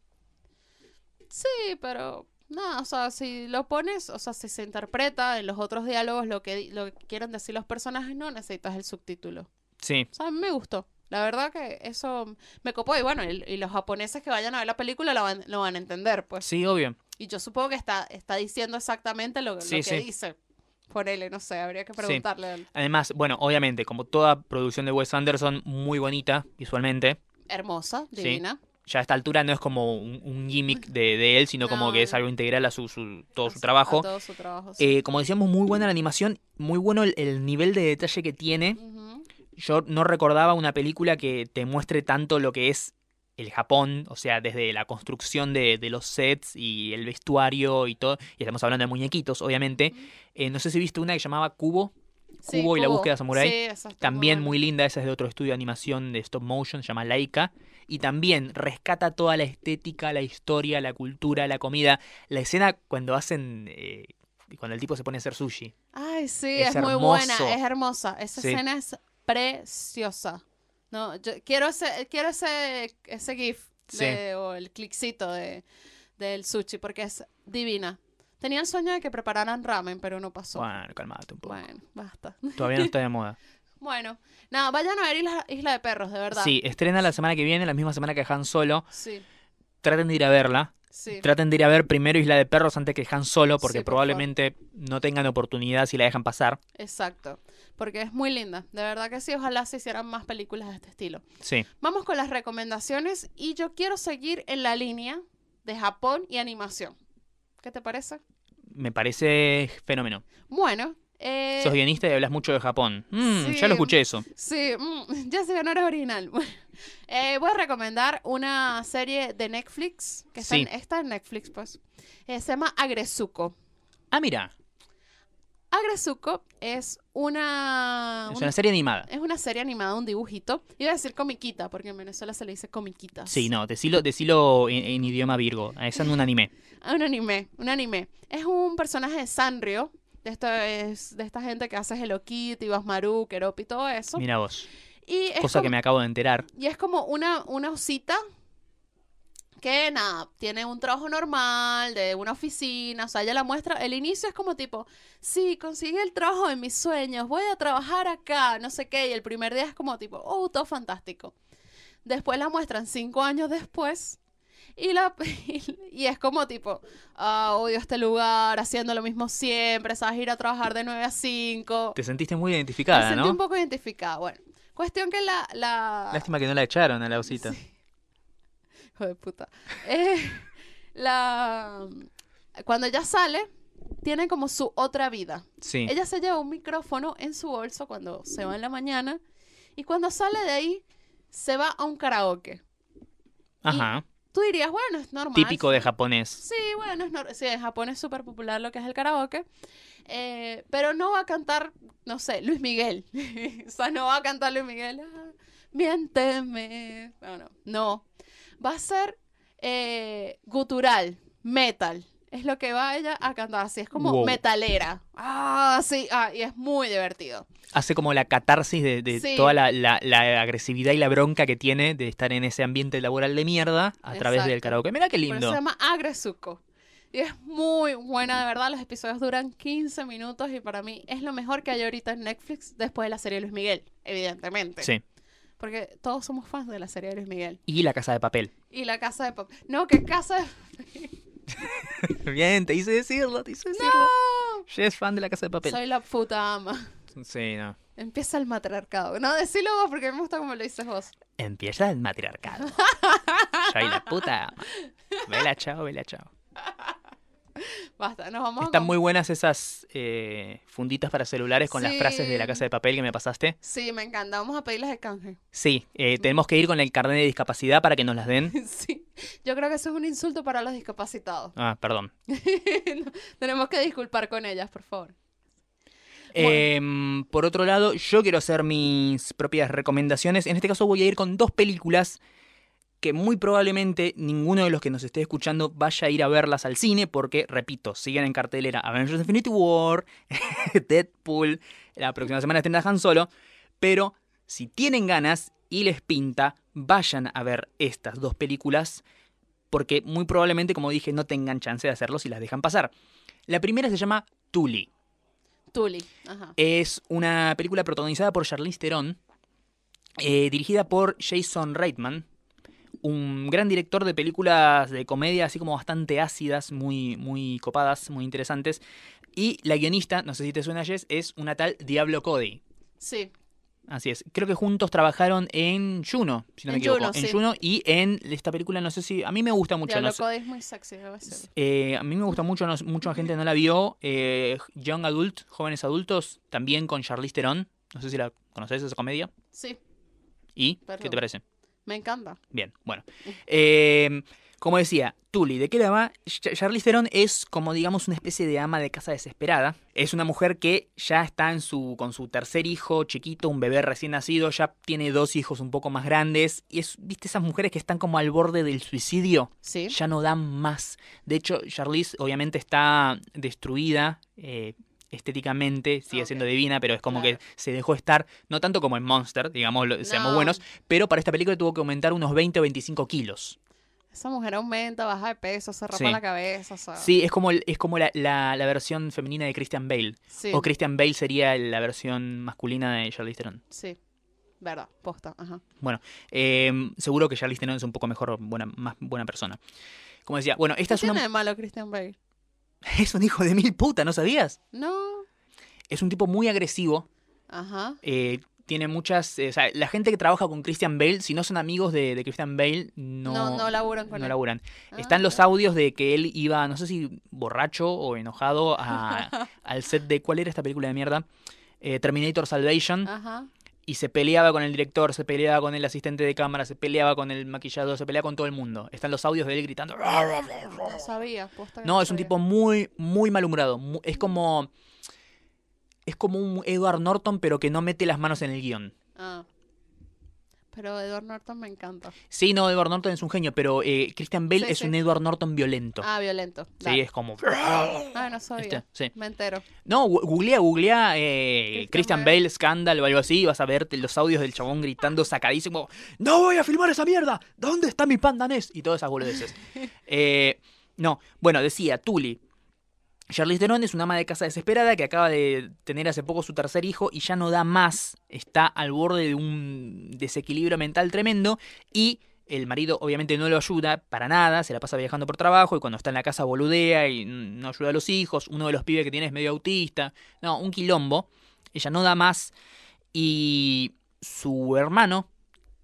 Speaker 1: Sí, pero nada, o sea, si lo pones, o sea, si se interpreta en los otros diálogos lo que, lo que quieren decir los personajes, no necesitas el subtítulo.
Speaker 2: Sí,
Speaker 1: O sea, a mí me gustó. La verdad que eso me copó y bueno, y, y los japoneses que vayan a ver la película la van, lo van a entender, pues.
Speaker 2: sí, obvio.
Speaker 1: Y yo supongo que está, está diciendo exactamente lo, lo
Speaker 2: Sí,
Speaker 1: que
Speaker 2: sí.
Speaker 1: dice. Ponele, no sé, habría que preguntarle. a él.
Speaker 2: Además, bueno, obviamente, como toda producción de Wes Anderson, muy bonita visualmente.
Speaker 1: Hermosa,
Speaker 2: Sí.
Speaker 1: divina.
Speaker 2: ya a esta altura no es como un, un gimmick de, de él, sino como
Speaker 1: No.
Speaker 2: que es algo integral a su, su- todo
Speaker 1: A
Speaker 2: su trabajo.
Speaker 1: a todo su trabajo, sí.
Speaker 2: Eh, como decíamos, muy buena la animación, muy bueno el, el nivel de detalle que tiene.
Speaker 1: Ujú.
Speaker 2: Yo no recordaba una película que te muestre tanto lo que es el Japón, o sea, desde la construcción de, de los sets y el vestuario y todo. Y estamos hablando de muñequitos, obviamente. Eh, no sé si viste una que llamaba Cubo,
Speaker 1: Sí,
Speaker 2: Kubo y la búsqueda samurái.
Speaker 1: Sí, esa está
Speaker 2: también
Speaker 1: buena.
Speaker 2: muy linda, esa es de otro estudio de animación de stop motion, se llama Laika. Y también rescata toda la estética, la historia, la cultura, la comida. La escena cuando hacen, eh, cuando el tipo se pone a hacer sushi.
Speaker 1: Ay, sí,
Speaker 2: Es
Speaker 1: es, muy buena,
Speaker 2: hermoso.
Speaker 1: es hermosa. Esa
Speaker 2: Sí.
Speaker 1: escena es preciosa. No, yo quiero ese, quiero ese, ese GIF de- o el cliccito de, del sushi porque es divina. Tenía el sueño de que prepararan ramen, pero no pasó.
Speaker 2: Bueno, calmate un poco.
Speaker 1: Bueno, basta.
Speaker 2: Todavía no está de moda.
Speaker 1: Bueno, nada, vayan a ver Isla, Isla de Perros, de verdad.
Speaker 2: Sí, estrena la semana que viene, la misma semana que Han Solo.
Speaker 1: Sí,
Speaker 2: Traten de ir a verla.
Speaker 1: sí.
Speaker 2: Traten de ir a ver primero Isla de Perros antes que Han Solo, porque
Speaker 1: Sí, por
Speaker 2: probablemente no tengan oportunidad si la dejan pasar.
Speaker 1: Exacto. Porque es muy linda. De verdad que sí, ojalá se hicieran más películas de este estilo.
Speaker 2: Sí.
Speaker 1: Vamos con las recomendaciones y yo quiero seguir en la línea de Japón y animación. ¿Qué te parece?
Speaker 2: Me parece fenómeno.
Speaker 1: Bueno, eh,
Speaker 2: Sos guionista y hablas mucho de Japón. Mm,
Speaker 1: sí.
Speaker 2: Ya lo escuché eso.
Speaker 1: sí, mm, ya sé que no eres original. Bueno, eh, voy a recomendar una serie de Netflix, que está, en,
Speaker 2: Sí.
Speaker 1: está en Netflix, pues. Eh, se llama Agresuko.
Speaker 2: Ah, mira,
Speaker 1: Agresuko es una...
Speaker 2: es
Speaker 1: una-
Speaker 2: una serie animada.
Speaker 1: es una serie animada, un dibujito. Iba a decir comiquita, porque en Venezuela se le dice comiquitas.
Speaker 2: Sí, no, decilo, decilo en, en idioma virgo. Ah, Es en un anime.
Speaker 1: Ah, un anime, un anime. Es un personaje de Sanrio. De, esto es, de esta gente que hace Hello Kitty, Basmaru, Keropi, todo eso.
Speaker 2: Mira vos.
Speaker 1: Y es,
Speaker 2: Cosa
Speaker 1: como,
Speaker 2: que me acabo de enterar.
Speaker 1: y es como una, una osita que nada, tiene un trabajo normal, de una oficina. O sea, ella la muestra. El inicio es como tipo, sí, conseguí el trabajo de mis sueños, voy a trabajar acá, no sé qué. Y el primer día es como tipo, oh, todo fantástico. Después la muestran cinco años después. Y, la, y es como tipo, ah, odio este lugar, haciendo lo mismo siempre, sabes ir a trabajar de 9 a 5.
Speaker 2: Te sentiste muy
Speaker 1: Me
Speaker 2: identificada,
Speaker 1: sentí un
Speaker 2: ¿no?
Speaker 1: poco identificada. Bueno, cuestión que la... la...
Speaker 2: Lástima que no la echaron a la osita.
Speaker 1: Hijo de puta. Eh, la... Cuando ella sale, tiene como su otra vida.
Speaker 2: Sí.
Speaker 1: Ella se lleva un micrófono en su bolso cuando se va en la mañana y cuando sale de ahí, se va a un karaoke.
Speaker 2: Ajá.
Speaker 1: Tú dirías, bueno, es normal.
Speaker 2: Típico de japonés.
Speaker 1: Sí, bueno, es nor- sí, en Japón es súper popular lo que es el karaoke, eh, pero no va a cantar, no sé, Luis Miguel. o sea, no va a cantar Luis Miguel. ah, miénteme. No, no, no. Va a ser eh, gutural, metal. Es lo que va ella a cantar, así es como
Speaker 2: Wow.
Speaker 1: metalera. Ah, sí, ah, y es muy divertido.
Speaker 2: Hace como la catarsis de, de
Speaker 1: Sí.
Speaker 2: toda la, la- la agresividad y la bronca que tiene de estar en ese ambiente laboral de mierda a través del
Speaker 1: Exacto.
Speaker 2: karaoke. Mira qué
Speaker 1: Por eso
Speaker 2: lindo.
Speaker 1: se llama Agresuco. Y es muy buena, de verdad. Los episodios duran 15 minutos y para mí es lo mejor que hay ahorita en Netflix después de la serie de Luis Miguel, evidentemente.
Speaker 2: Sí.
Speaker 1: Porque todos somos fans de la serie de Luis Miguel.
Speaker 2: Y la casa de papel.
Speaker 1: Y la casa de papel. No, que casa de...
Speaker 2: Bien, te hice decirlo, te hice decirlo.
Speaker 1: ¡No!
Speaker 2: She es fan de la casa de papel.
Speaker 1: Soy la puta ama.
Speaker 2: Sí, no.
Speaker 1: Empieza el matriarcado. No, decilo vos porque me gusta como lo dices vos.
Speaker 2: Empieza el matriarcado. Soy la puta. ama. Vela, chao, vela, chao.
Speaker 1: Basta, nos vamos a
Speaker 2: Están
Speaker 1: con-
Speaker 2: muy buenas esas eh, funditas para celulares con las
Speaker 1: Sí.
Speaker 2: frases de la casa de papel que me pasaste.
Speaker 1: Sí, me encanta. Vamos a pedirles el canje.
Speaker 2: Sí, eh, tenemos que ir con el carnet de discapacidad para que nos las den.
Speaker 1: Sí. Yo creo que eso es un insulto para los discapacitados.
Speaker 2: Ah, perdón.
Speaker 1: No, tenemos que disculpar con ellas, por favor.
Speaker 2: Em, por otro lado, yo quiero hacer mis propias recomendaciones. En este caso voy a ir con dos películas que muy probablemente ninguno de los que nos esté escuchando vaya a ir a verlas al cine porque, repito, siguen en cartelera Avengers Infinity War, Deadpool, la próxima semana estrena Han Solo, pero si tienen ganas y les pinta, vayan a ver estas dos películas porque muy probablemente, como dije, no tengan chance de hacerlo si las dejan pasar. La primera se llama Tuli.
Speaker 1: Tuli. Ajá.
Speaker 2: Es una película protagonizada por Charlize Theron, eh, dirigida por Jason Reitman, un gran director de películas de comedia, así como bastante ácidas, muy, muy copadas, muy interesantes. Y la guionista, no sé si te suena, Jess, es una tal Diablo Cody.
Speaker 1: Sí.
Speaker 2: Así es. Creo que juntos trabajaron en Juno, si no me
Speaker 1: En
Speaker 2: equivoco.
Speaker 1: Juno,
Speaker 2: en
Speaker 1: sí.
Speaker 2: Juno y en esta película, no sé si. A mí me gusta mucho.
Speaker 1: Diablo
Speaker 2: no sé-
Speaker 1: Cody es muy sexy, debe ser.
Speaker 2: eh, a mí me gusta mucho, no, mucha gente no la vio. eh, Young Adult, Jóvenes Adultos, también con Charlize Theron. No sé si la conoces, esa comedia.
Speaker 1: Sí,
Speaker 2: ¿Y qué
Speaker 1: Perdón.
Speaker 2: te parece?
Speaker 1: me encanta.
Speaker 2: Bien, bueno. Eh, como decía, Tully, ¿de qué la va? Ch- Charlize Theron es como, digamos, una especie de ama de casa desesperada. Es una mujer que ya está en su, con su tercer hijo chiquito, un bebé recién nacido, ya tiene dos hijos un poco más grandes. Y es, viste, esas mujeres que están como al borde del suicidio
Speaker 1: Sí.
Speaker 2: ya no dan más. De hecho, Charlize obviamente está destruida eh, estéticamente, sigue
Speaker 1: Ok.
Speaker 2: siendo divina, pero es como
Speaker 1: Claro.
Speaker 2: que se dejó estar, no tanto como en Monster, digamos, lo- seamos
Speaker 1: No.
Speaker 2: buenos, pero para esta película tuvo que aumentar unos 20 o 25 kilos.
Speaker 1: Esa mujer aumenta, baja de peso, se rapa
Speaker 2: Sí.
Speaker 1: la cabeza, o sea,
Speaker 2: Sí, es como, el- es como la, la- la versión femenina de Christian Bale.
Speaker 1: Sí,
Speaker 2: O Christian Bale sería la versión masculina de Charlize Theron.
Speaker 1: sí. Verdad, posta, ajá.
Speaker 2: Eh, seguro que Charlize Theron es un poco mejor, buena, más buena persona. Como decía, bueno,
Speaker 1: ¿Qué
Speaker 2: esta es
Speaker 1: tiene
Speaker 2: una...
Speaker 1: de malo Christian Bale?
Speaker 2: Es un hijo de mil puta, ¿no sabías?
Speaker 1: No,
Speaker 2: Es un tipo muy agresivo,
Speaker 1: ajá.
Speaker 2: eh, tiene muchas. eh, o sea, la gente que trabaja con Christian Bale, si no son amigos de, de Christian Bale, no,
Speaker 1: No, no, laburan con
Speaker 2: no
Speaker 1: él.
Speaker 2: laburan.
Speaker 1: Ah,
Speaker 2: Están los
Speaker 1: mira.
Speaker 2: audios de que él iba, no sé si borracho o enojado, a- al set de. ¿Cuál era esta película de mierda? Eh, Terminator Salvation.
Speaker 1: Ajá.
Speaker 2: Y se peleaba con el director, se peleaba con el asistente de cámara, se peleaba con el maquillador, se peleaba con todo el mundo. Están los audios de él gritando.
Speaker 1: No sabía, posta. que
Speaker 2: No, es un
Speaker 1: sabía.
Speaker 2: tipo muy, muy malhumorado. mu- Es como. Es como un Edward Norton, pero que no mete las manos en el guión.
Speaker 1: Ah. Pero Edward Norton me encanta.
Speaker 2: Sí, no, Edward Norton es un genio, pero eh, Christian Bale
Speaker 1: Sí,
Speaker 2: es
Speaker 1: sí.
Speaker 2: un Edward Norton violento.
Speaker 1: Ah, violento.
Speaker 2: sí,
Speaker 1: Dale.
Speaker 2: es como...
Speaker 1: Ah, no sabía.
Speaker 2: Este, sí.
Speaker 1: Me entero.
Speaker 2: No, gu- googlea, googlea eh,
Speaker 1: Christian
Speaker 2: Christian
Speaker 1: Bale.
Speaker 2: Bale, Scandal o algo así, y vas a ver los audios del chabón gritando sacadísimo, ¡No voy a filmar esa mierda! ¿Dónde está mi pandanés? Y todas esas boludeces. Eh, no, bueno, decía, Tully. Charlize Theron es una ama de casa desesperada que acaba de tener hace poco su tercer hijo y ya no da más. Está al borde de un desequilibrio mental tremendo y el marido obviamente no lo ayuda para nada, se la pasa viajando por trabajo y cuando está en la casa boludea y mm, no ayuda a los hijos, uno de los pibes que tiene es medio autista, no, un quilombo, ella no da más y su hermano,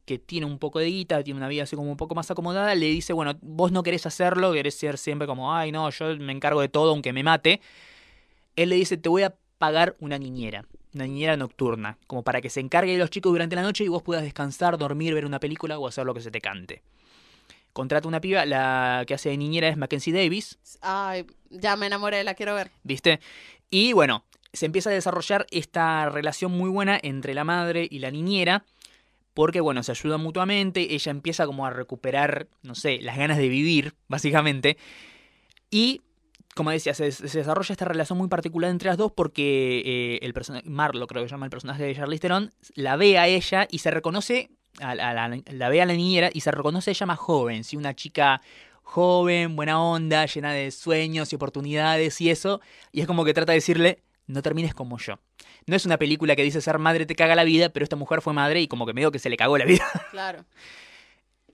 Speaker 2: que tiene un poco de guita, tiene una vida así como un poco más acomodada, le dice, bueno, vos no querés hacerlo, querés ser siempre como, ay no, yo me encargo de todo aunque me mate, él le dice, te voy a pagar una niñera. Una niñera nocturna, como para que se encargue de los chicos durante la noche y vos puedas descansar, dormir, ver una película o hacer lo que se te cante. Contrata una piba, la que hace de niñera es Mackenzie Davis,
Speaker 1: Ay, ya me enamoré, la quiero ver.
Speaker 2: ¿viste? Y bueno, se empieza a desarrollar esta relación muy buena entre la madre y la niñera, porque bueno, se ayudan mutuamente, ella empieza como a recuperar, no sé, las ganas de vivir, básicamente, y como decía, se, se desarrolla esta relación muy particular entre las dos porque eh, el personaje, Marlo creo que se llama el personaje de Charlize Theron, la ve a ella y se reconoce, a la, a la- la ve a la niñera y se reconoce ella más joven, ¿sí? una chica joven, buena onda, llena de sueños y oportunidades y eso, y es como que trata de decirle, no termines como yo. No es una película que dice ser madre te caga la vida, pero esta mujer fue madre y como que medio que se le cagó la vida.
Speaker 1: Claro.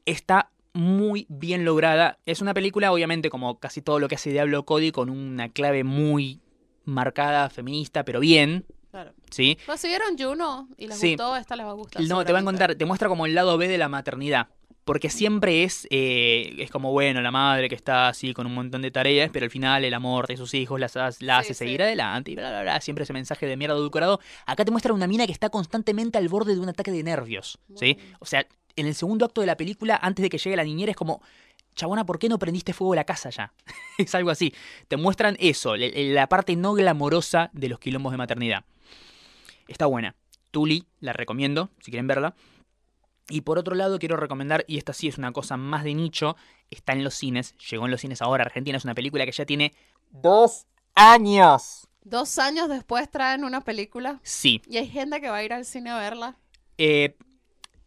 Speaker 2: Está muy bien lograda. Es una película, obviamente, como casi todo lo que hace Diablo Cody, con una clave muy marcada, feminista, pero bien,
Speaker 1: Claro.
Speaker 2: ¿sí?
Speaker 1: Pero si vieron Juno y les
Speaker 2: Sí.
Speaker 1: gustó, esta les va a gustar.
Speaker 2: No, te va a
Speaker 1: seguramente.
Speaker 2: contar, te muestra como el lado B de la maternidad. Porque siempre es, eh, es como, bueno, la madre que está así con un montón de tareas, pero al final el amor de sus hijos las, ha- la
Speaker 1: Sí,
Speaker 2: hace
Speaker 1: sí.
Speaker 2: seguir adelante y bla, bla, bla. Siempre ese mensaje de mierda edulcorado. Acá te muestra una mina que está constantemente al borde de un ataque de nervios, ¿sí?
Speaker 1: Bueno.
Speaker 2: O sea, en el segundo acto de la película, antes de que llegue la niñera, es como, chabona, ¿por qué no prendiste fuego la casa ya? es algo así. Te muestran eso, le- le- la parte no glamorosa de los quilombos de maternidad. Está buena. Tuli, la recomiendo, si quieren verla. Y por otro lado, quiero recomendar, y esta sí es una cosa más de nicho, está en los cines, llegó en los cines ahora, Argentina es una película que ya tiene dos años.
Speaker 1: Dos años después traen una película
Speaker 2: Sí,
Speaker 1: y hay gente que va a ir al cine a verla.
Speaker 2: Eh,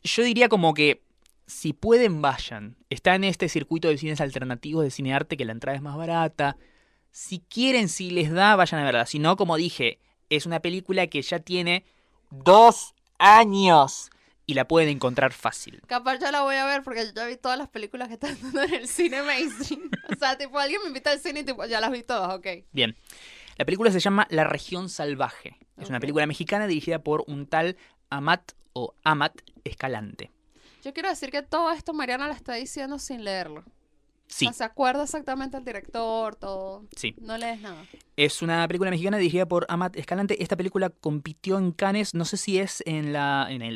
Speaker 2: yo diría como que si pueden, vayan. Está en este circuito de cines alternativos de cinearte que la entrada es más barata. Si quieren, si les da, vayan a verla. Si no, como dije, es una película que ya tiene dos años y la pueden encontrar fácil.
Speaker 1: Capaz ya la voy a ver porque yo ya vi todas las películas que están dando en el cine mainstream. O sea, tipo, alguien me invita al cine y tipo, ya las vi todas, ok.
Speaker 2: Bien. La película se llama La región salvaje. Es una
Speaker 1: Ok.
Speaker 2: película mexicana dirigida por un tal Amat o Amat Escalante.
Speaker 1: Yo quiero decir que todo esto Mariana lo está diciendo sin leerlo.
Speaker 2: Sí,
Speaker 1: O sea, se acuerda exactamente el director, todo.
Speaker 2: sí.
Speaker 1: No lees nada.
Speaker 2: Es una película mexicana dirigida por Amat Escalante. Esta película compitió en Cannes, no sé si es en la en el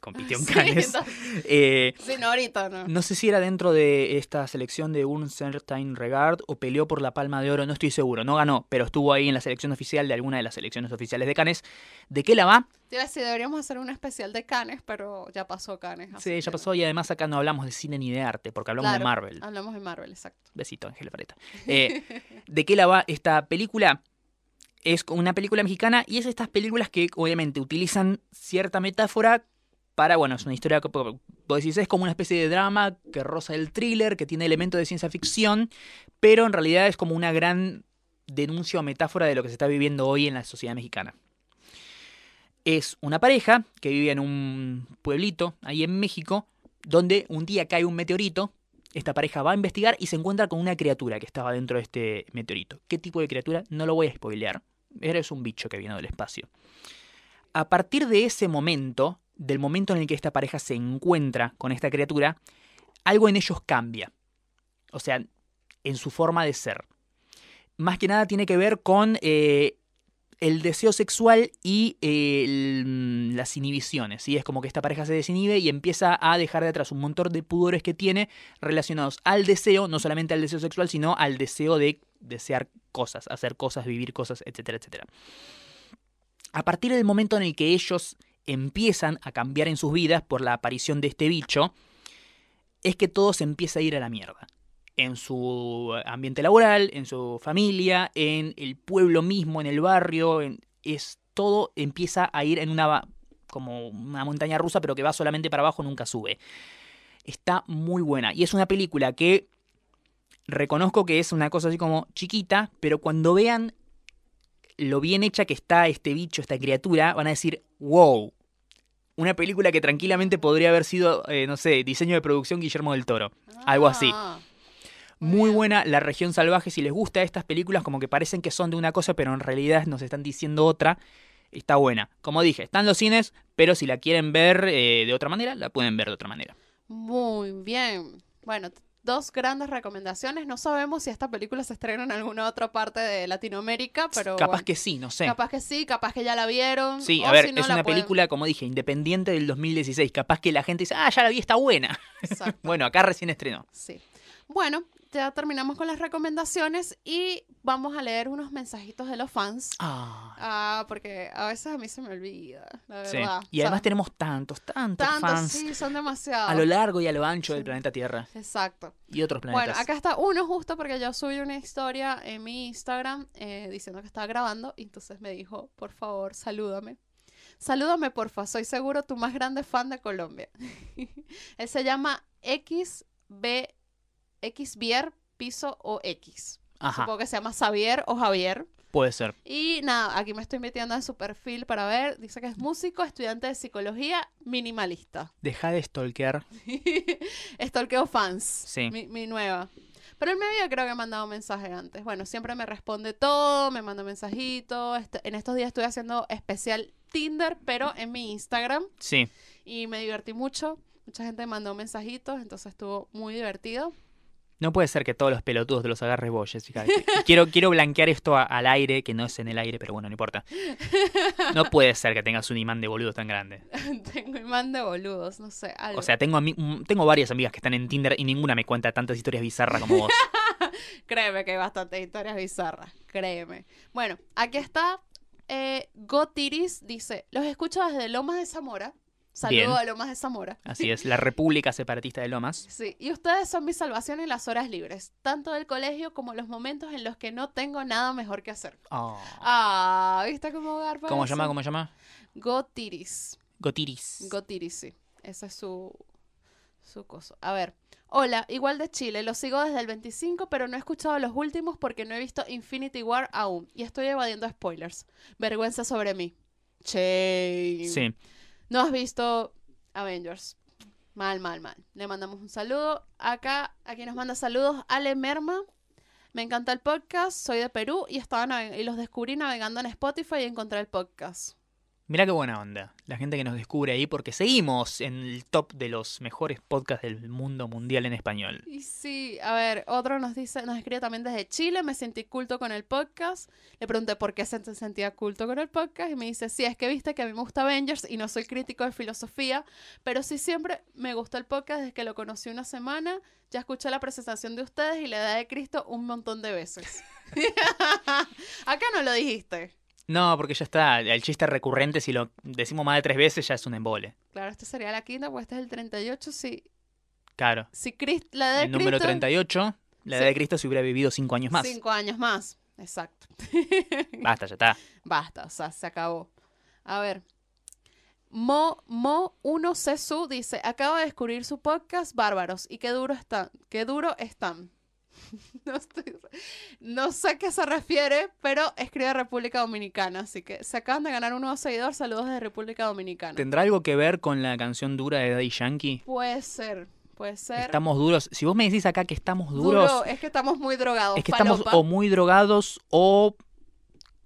Speaker 2: compitió en
Speaker 1: Sí,
Speaker 2: Cannes.
Speaker 1: entonces-
Speaker 2: Eh,
Speaker 1: sí, no, ahorita no.
Speaker 2: no sé si era dentro de esta selección de un certain regard o peleó por la Palma de Oro, no estoy seguro, no ganó, pero estuvo ahí en la selección oficial de alguna de las selecciones oficiales de Cannes. ¿De qué la va?
Speaker 1: Te iba a decir, deberíamos hacer un especial de Canes, pero ya pasó Canes. así
Speaker 2: Sí, ya
Speaker 1: que
Speaker 2: pasó y además acá no hablamos de cine ni de arte, porque hablamos de
Speaker 1: Claro,
Speaker 2: Marvel.
Speaker 1: Hablamos de Marvel, exacto.
Speaker 2: Besito, Ángela Pareta. Eh, ¿De qué la va esta película? Es una película mexicana y es estas películas que obviamente utilizan cierta metáfora para, bueno, es una historia que po- vos decís, es como una especie de drama que roza el thriller, que tiene elementos de ciencia ficción, pero en realidad es como una gran denuncia o metáfora de lo que se está viviendo hoy en la sociedad mexicana. Es una pareja que vive en un pueblito, ahí en México, donde un día cae un meteorito esta pareja va a investigar y se encuentra con una criatura que estaba dentro de este meteorito. ¿Qué tipo de criatura? No lo voy a spoilear. Era es un bicho que vino del espacio. A partir de ese momento, del momento en el que esta pareja se encuentra con esta criatura, algo en ellos cambia. O sea, en su forma de ser. Más que nada tiene que ver con eh, el deseo sexual y eh, el- las inhibiciones. ¿sí? Es como que esta pareja se desinhibe y empieza a dejar de atrás un montón de pudores que tiene relacionados al deseo, no solamente al deseo sexual, sino al deseo de desear cosas, hacer cosas, vivir cosas, etcétera, etcétera. A partir del momento en el que ellos empiezan a cambiar en sus vidas por la aparición de este bicho, es que todo se empieza a ir a la mierda. En su ambiente laboral, en su familia, en el pueblo mismo, en el barrio, en- es todo empieza a ir en una va- como una montaña rusa, pero que va solamente para abajo, nunca sube está muy buena. Y es una película que reconozco que es una cosa así como chiquita, pero cuando vean lo bien hecha que está este bicho, esta criatura, van a decir, wow. Una película que tranquilamente podría haber sido, eh, no sé, diseño de producción Guillermo del Toro. Algo así.
Speaker 1: Ah,
Speaker 2: Muy
Speaker 1: bien.
Speaker 2: buena La Región Salvaje. Si les gusta estas películas, como que parecen que son de una cosa, pero en realidad nos están diciendo otra. Está buena. Como dije, están los cines, pero si la quieren ver eh, de otra manera, la pueden ver de otra manera.
Speaker 1: Muy bien. Bueno, t- dos grandes recomendaciones. No sabemos si esta película se estrena en alguna otra parte de Latinoamérica, pero
Speaker 2: Capaz
Speaker 1: bueno,
Speaker 2: que sí, no sé.
Speaker 1: capaz que sí, capaz que ya la vieron.
Speaker 2: Sí, a
Speaker 1: o
Speaker 2: ver,
Speaker 1: si no,
Speaker 2: es
Speaker 1: la
Speaker 2: una
Speaker 1: pueden-
Speaker 2: película, como dije, independiente del 2016. Capaz que la gente dice, ah, ya la vi, está buena.
Speaker 1: Exacto.
Speaker 2: Bueno, acá recién estrenó.
Speaker 1: Sí. Bueno, ya terminamos con las recomendaciones y vamos a leer unos mensajitos de los fans.
Speaker 2: Ah,
Speaker 1: Ah, porque a veces a mí se me olvida, la
Speaker 2: sí.
Speaker 1: verdad. O
Speaker 2: Y
Speaker 1: sea,
Speaker 2: además tenemos tantos, tantos,
Speaker 1: tantos,
Speaker 2: fans
Speaker 1: sí, son demasiados.
Speaker 2: a lo largo y a lo ancho
Speaker 1: Sí.
Speaker 2: del planeta Tierra
Speaker 1: Exacto.
Speaker 2: y otros
Speaker 1: Bueno,
Speaker 2: planetas.
Speaker 1: acá está uno justo porque yo subí una historia en mi Instagram eh, diciendo que estaba grabando y entonces me dijo, por favor, salúdame. Salúdame, porfa, soy seguro tu más grande fan de Colombia. Él se llama XB, XBier, piso o X.
Speaker 2: Ajá,
Speaker 1: Supongo que se llama Xavier o Javier.
Speaker 2: puede ser.
Speaker 1: Y nada, aquí me estoy metiendo en su perfil para ver. Dice que es músico, estudiante de psicología, minimalista.
Speaker 2: Deja de stalkear.
Speaker 1: Stalkeo fans.
Speaker 2: Sí.
Speaker 1: Mi, mi nueva. Pero él me había creo que mandado un mensaje antes. Bueno, siempre me responde todo, me manda mensajitos. Est- en estos días estuve haciendo especial Tinder, pero en mi Instagram.
Speaker 2: Sí,
Speaker 1: Y me divertí mucho. Mucha gente me mandó mensajitos, entonces estuvo muy divertido.
Speaker 2: no puede ser que todos los pelotudos te los agarres vos, Jessica. quiero, quiero blanquear esto a- al aire, que no es en el aire, pero bueno, no importa. No puede ser que tengas un imán de boludos tan grande.
Speaker 1: Tengo imán de boludos, no sé. Algo.
Speaker 2: O sea, tengo, ami- mm, tengo varias amigas que están en Tinder y ninguna me cuenta tantas historias bizarras como vos.
Speaker 1: Créeme que hay bastantes historias bizarras, créeme. Bueno, aquí está eh, Gotiris, dice, los escucho desde Lomas de Zamora. Saludo
Speaker 2: Bien.
Speaker 1: a Lomas de Zamora.
Speaker 2: Así es, la República Separatista de Lomas.
Speaker 1: Sí, y ustedes son mi salvación en las horas libres, tanto del colegio como los momentos en los que no tengo nada mejor que hacer.
Speaker 2: Oh.
Speaker 1: Ah, ¿viste cómo garpa
Speaker 2: ¿Cómo
Speaker 1: eso?
Speaker 2: llama? ¿Cómo llama?
Speaker 1: Gotiris.
Speaker 2: Gotiris.
Speaker 1: Gotiris, sí. Ese es su, su coso. A ver. Hola, igual de Chile. Lo sigo desde el 25, pero no he escuchado los últimos porque no he visto Infinity War aún. Y estoy evadiendo spoilers. Vergüenza sobre mí. Che.
Speaker 2: sí.
Speaker 1: No has visto Avengers. Mal, mal, mal. Le mandamos un saludo. Acá, aquí nos manda saludos Ale Merma. Me encanta el podcast. Soy de Perú y, estaba naveg- y los descubrí navegando en Spotify y encontré el podcast.
Speaker 2: Mirá qué buena onda. La gente que nos descubre ahí porque seguimos en el top de los mejores podcasts del mundo mundial en español.
Speaker 1: Y sí, a ver, otro nos dice, nos escribe también desde Chile, me sentí culto con el podcast. Le pregunté por qué se sentía culto con el podcast y me dice, sí, es que viste que a mí me gusta Avengers y no soy crítico de filosofía, pero sí siempre me gustó el podcast desde que lo conocí una semana, ya escuché la presentación de ustedes y la edad de Cristo un montón de veces. Acá no lo dijiste.
Speaker 2: No, porque ya está. El chiste recurrente, si lo decimos más de tres veces, ya es un embole.
Speaker 1: Claro, esta sería la quinta, pues este es el 38, sí.
Speaker 2: Claro.
Speaker 1: Si Crist- la edad de
Speaker 2: El número
Speaker 1: Cristo
Speaker 2: 38, la edad
Speaker 1: Sí.
Speaker 2: de Cristo si hubiera vivido cinco años más.
Speaker 1: Cinco años más. Exacto.
Speaker 2: Basta, ya está.
Speaker 1: Basta, o sea, se acabó. A ver. Mo, Mo 1 Cesu dice, acabo de descubrir su podcast, Bárbaros, y qué duro están, qué duro están. No, estoy- no sé a qué se refiere, pero escribe República Dominicana, así que se acaban de ganar un nuevo seguidor, saludos de República Dominicana.
Speaker 2: ¿Tendrá algo que ver con la canción dura de Daddy Yankee?
Speaker 1: Puede ser, puede ser.
Speaker 2: Estamos duros. Si vos me decís acá que estamos
Speaker 1: Duro,
Speaker 2: duros,
Speaker 1: es que estamos muy drogados.
Speaker 2: es que estamos
Speaker 1: falopa.
Speaker 2: o muy drogados o,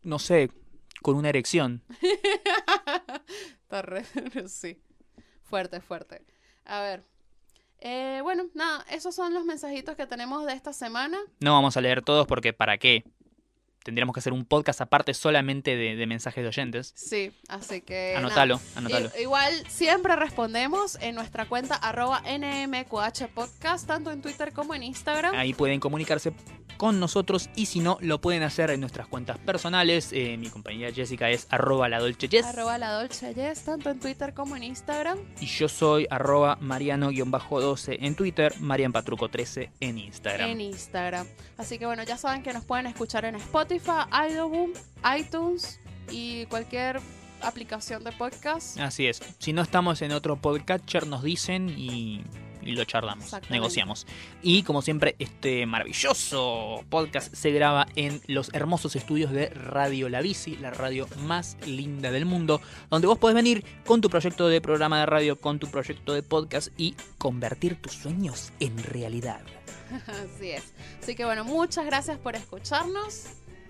Speaker 2: no sé, con una erección.
Speaker 1: Está re- sí. Fuerte, fuerte. A ver. Eh, bueno, nada, esos son los mensajitos que tenemos de esta semana.
Speaker 2: No vamos a leer todos porque ¿para qué? Tendríamos que hacer un podcast aparte solamente de, de mensajes de oyentes.
Speaker 1: Sí, así que. nada.
Speaker 2: Anótalo, anótalo.
Speaker 1: I- igual siempre respondemos en nuestra cuenta arroba NMQH Podcast, tanto en Twitter como en Instagram.
Speaker 2: Ahí pueden comunicarse con nosotros y si no, lo pueden hacer en nuestras cuentas personales. Eh, mi compañera Jessica es arroba la Dolce Jess.
Speaker 1: Arroba la Dolce Yes, tanto en Twitter como en Instagram.
Speaker 2: Y yo soy arroba mariano-12 en Twitter, marianpatruco13 en Instagram.
Speaker 1: En Instagram. Así que bueno, ya saben que nos pueden escuchar en Spotify, iBoom, iTunes y cualquier aplicación de podcast.
Speaker 2: Así es. Si no estamos en otro podcatcher, nos dicen y, y lo charlamos,
Speaker 1: Exactamente.
Speaker 2: negociamos. Y como siempre, este maravilloso podcast se graba en los hermosos estudios de Radio La Bici, la radio más linda del mundo, donde vos podés venir con tu proyecto de programa de radio, con tu proyecto de podcast y convertir tus sueños en realidad.
Speaker 1: Así es. Así que bueno, muchas gracias por escucharnos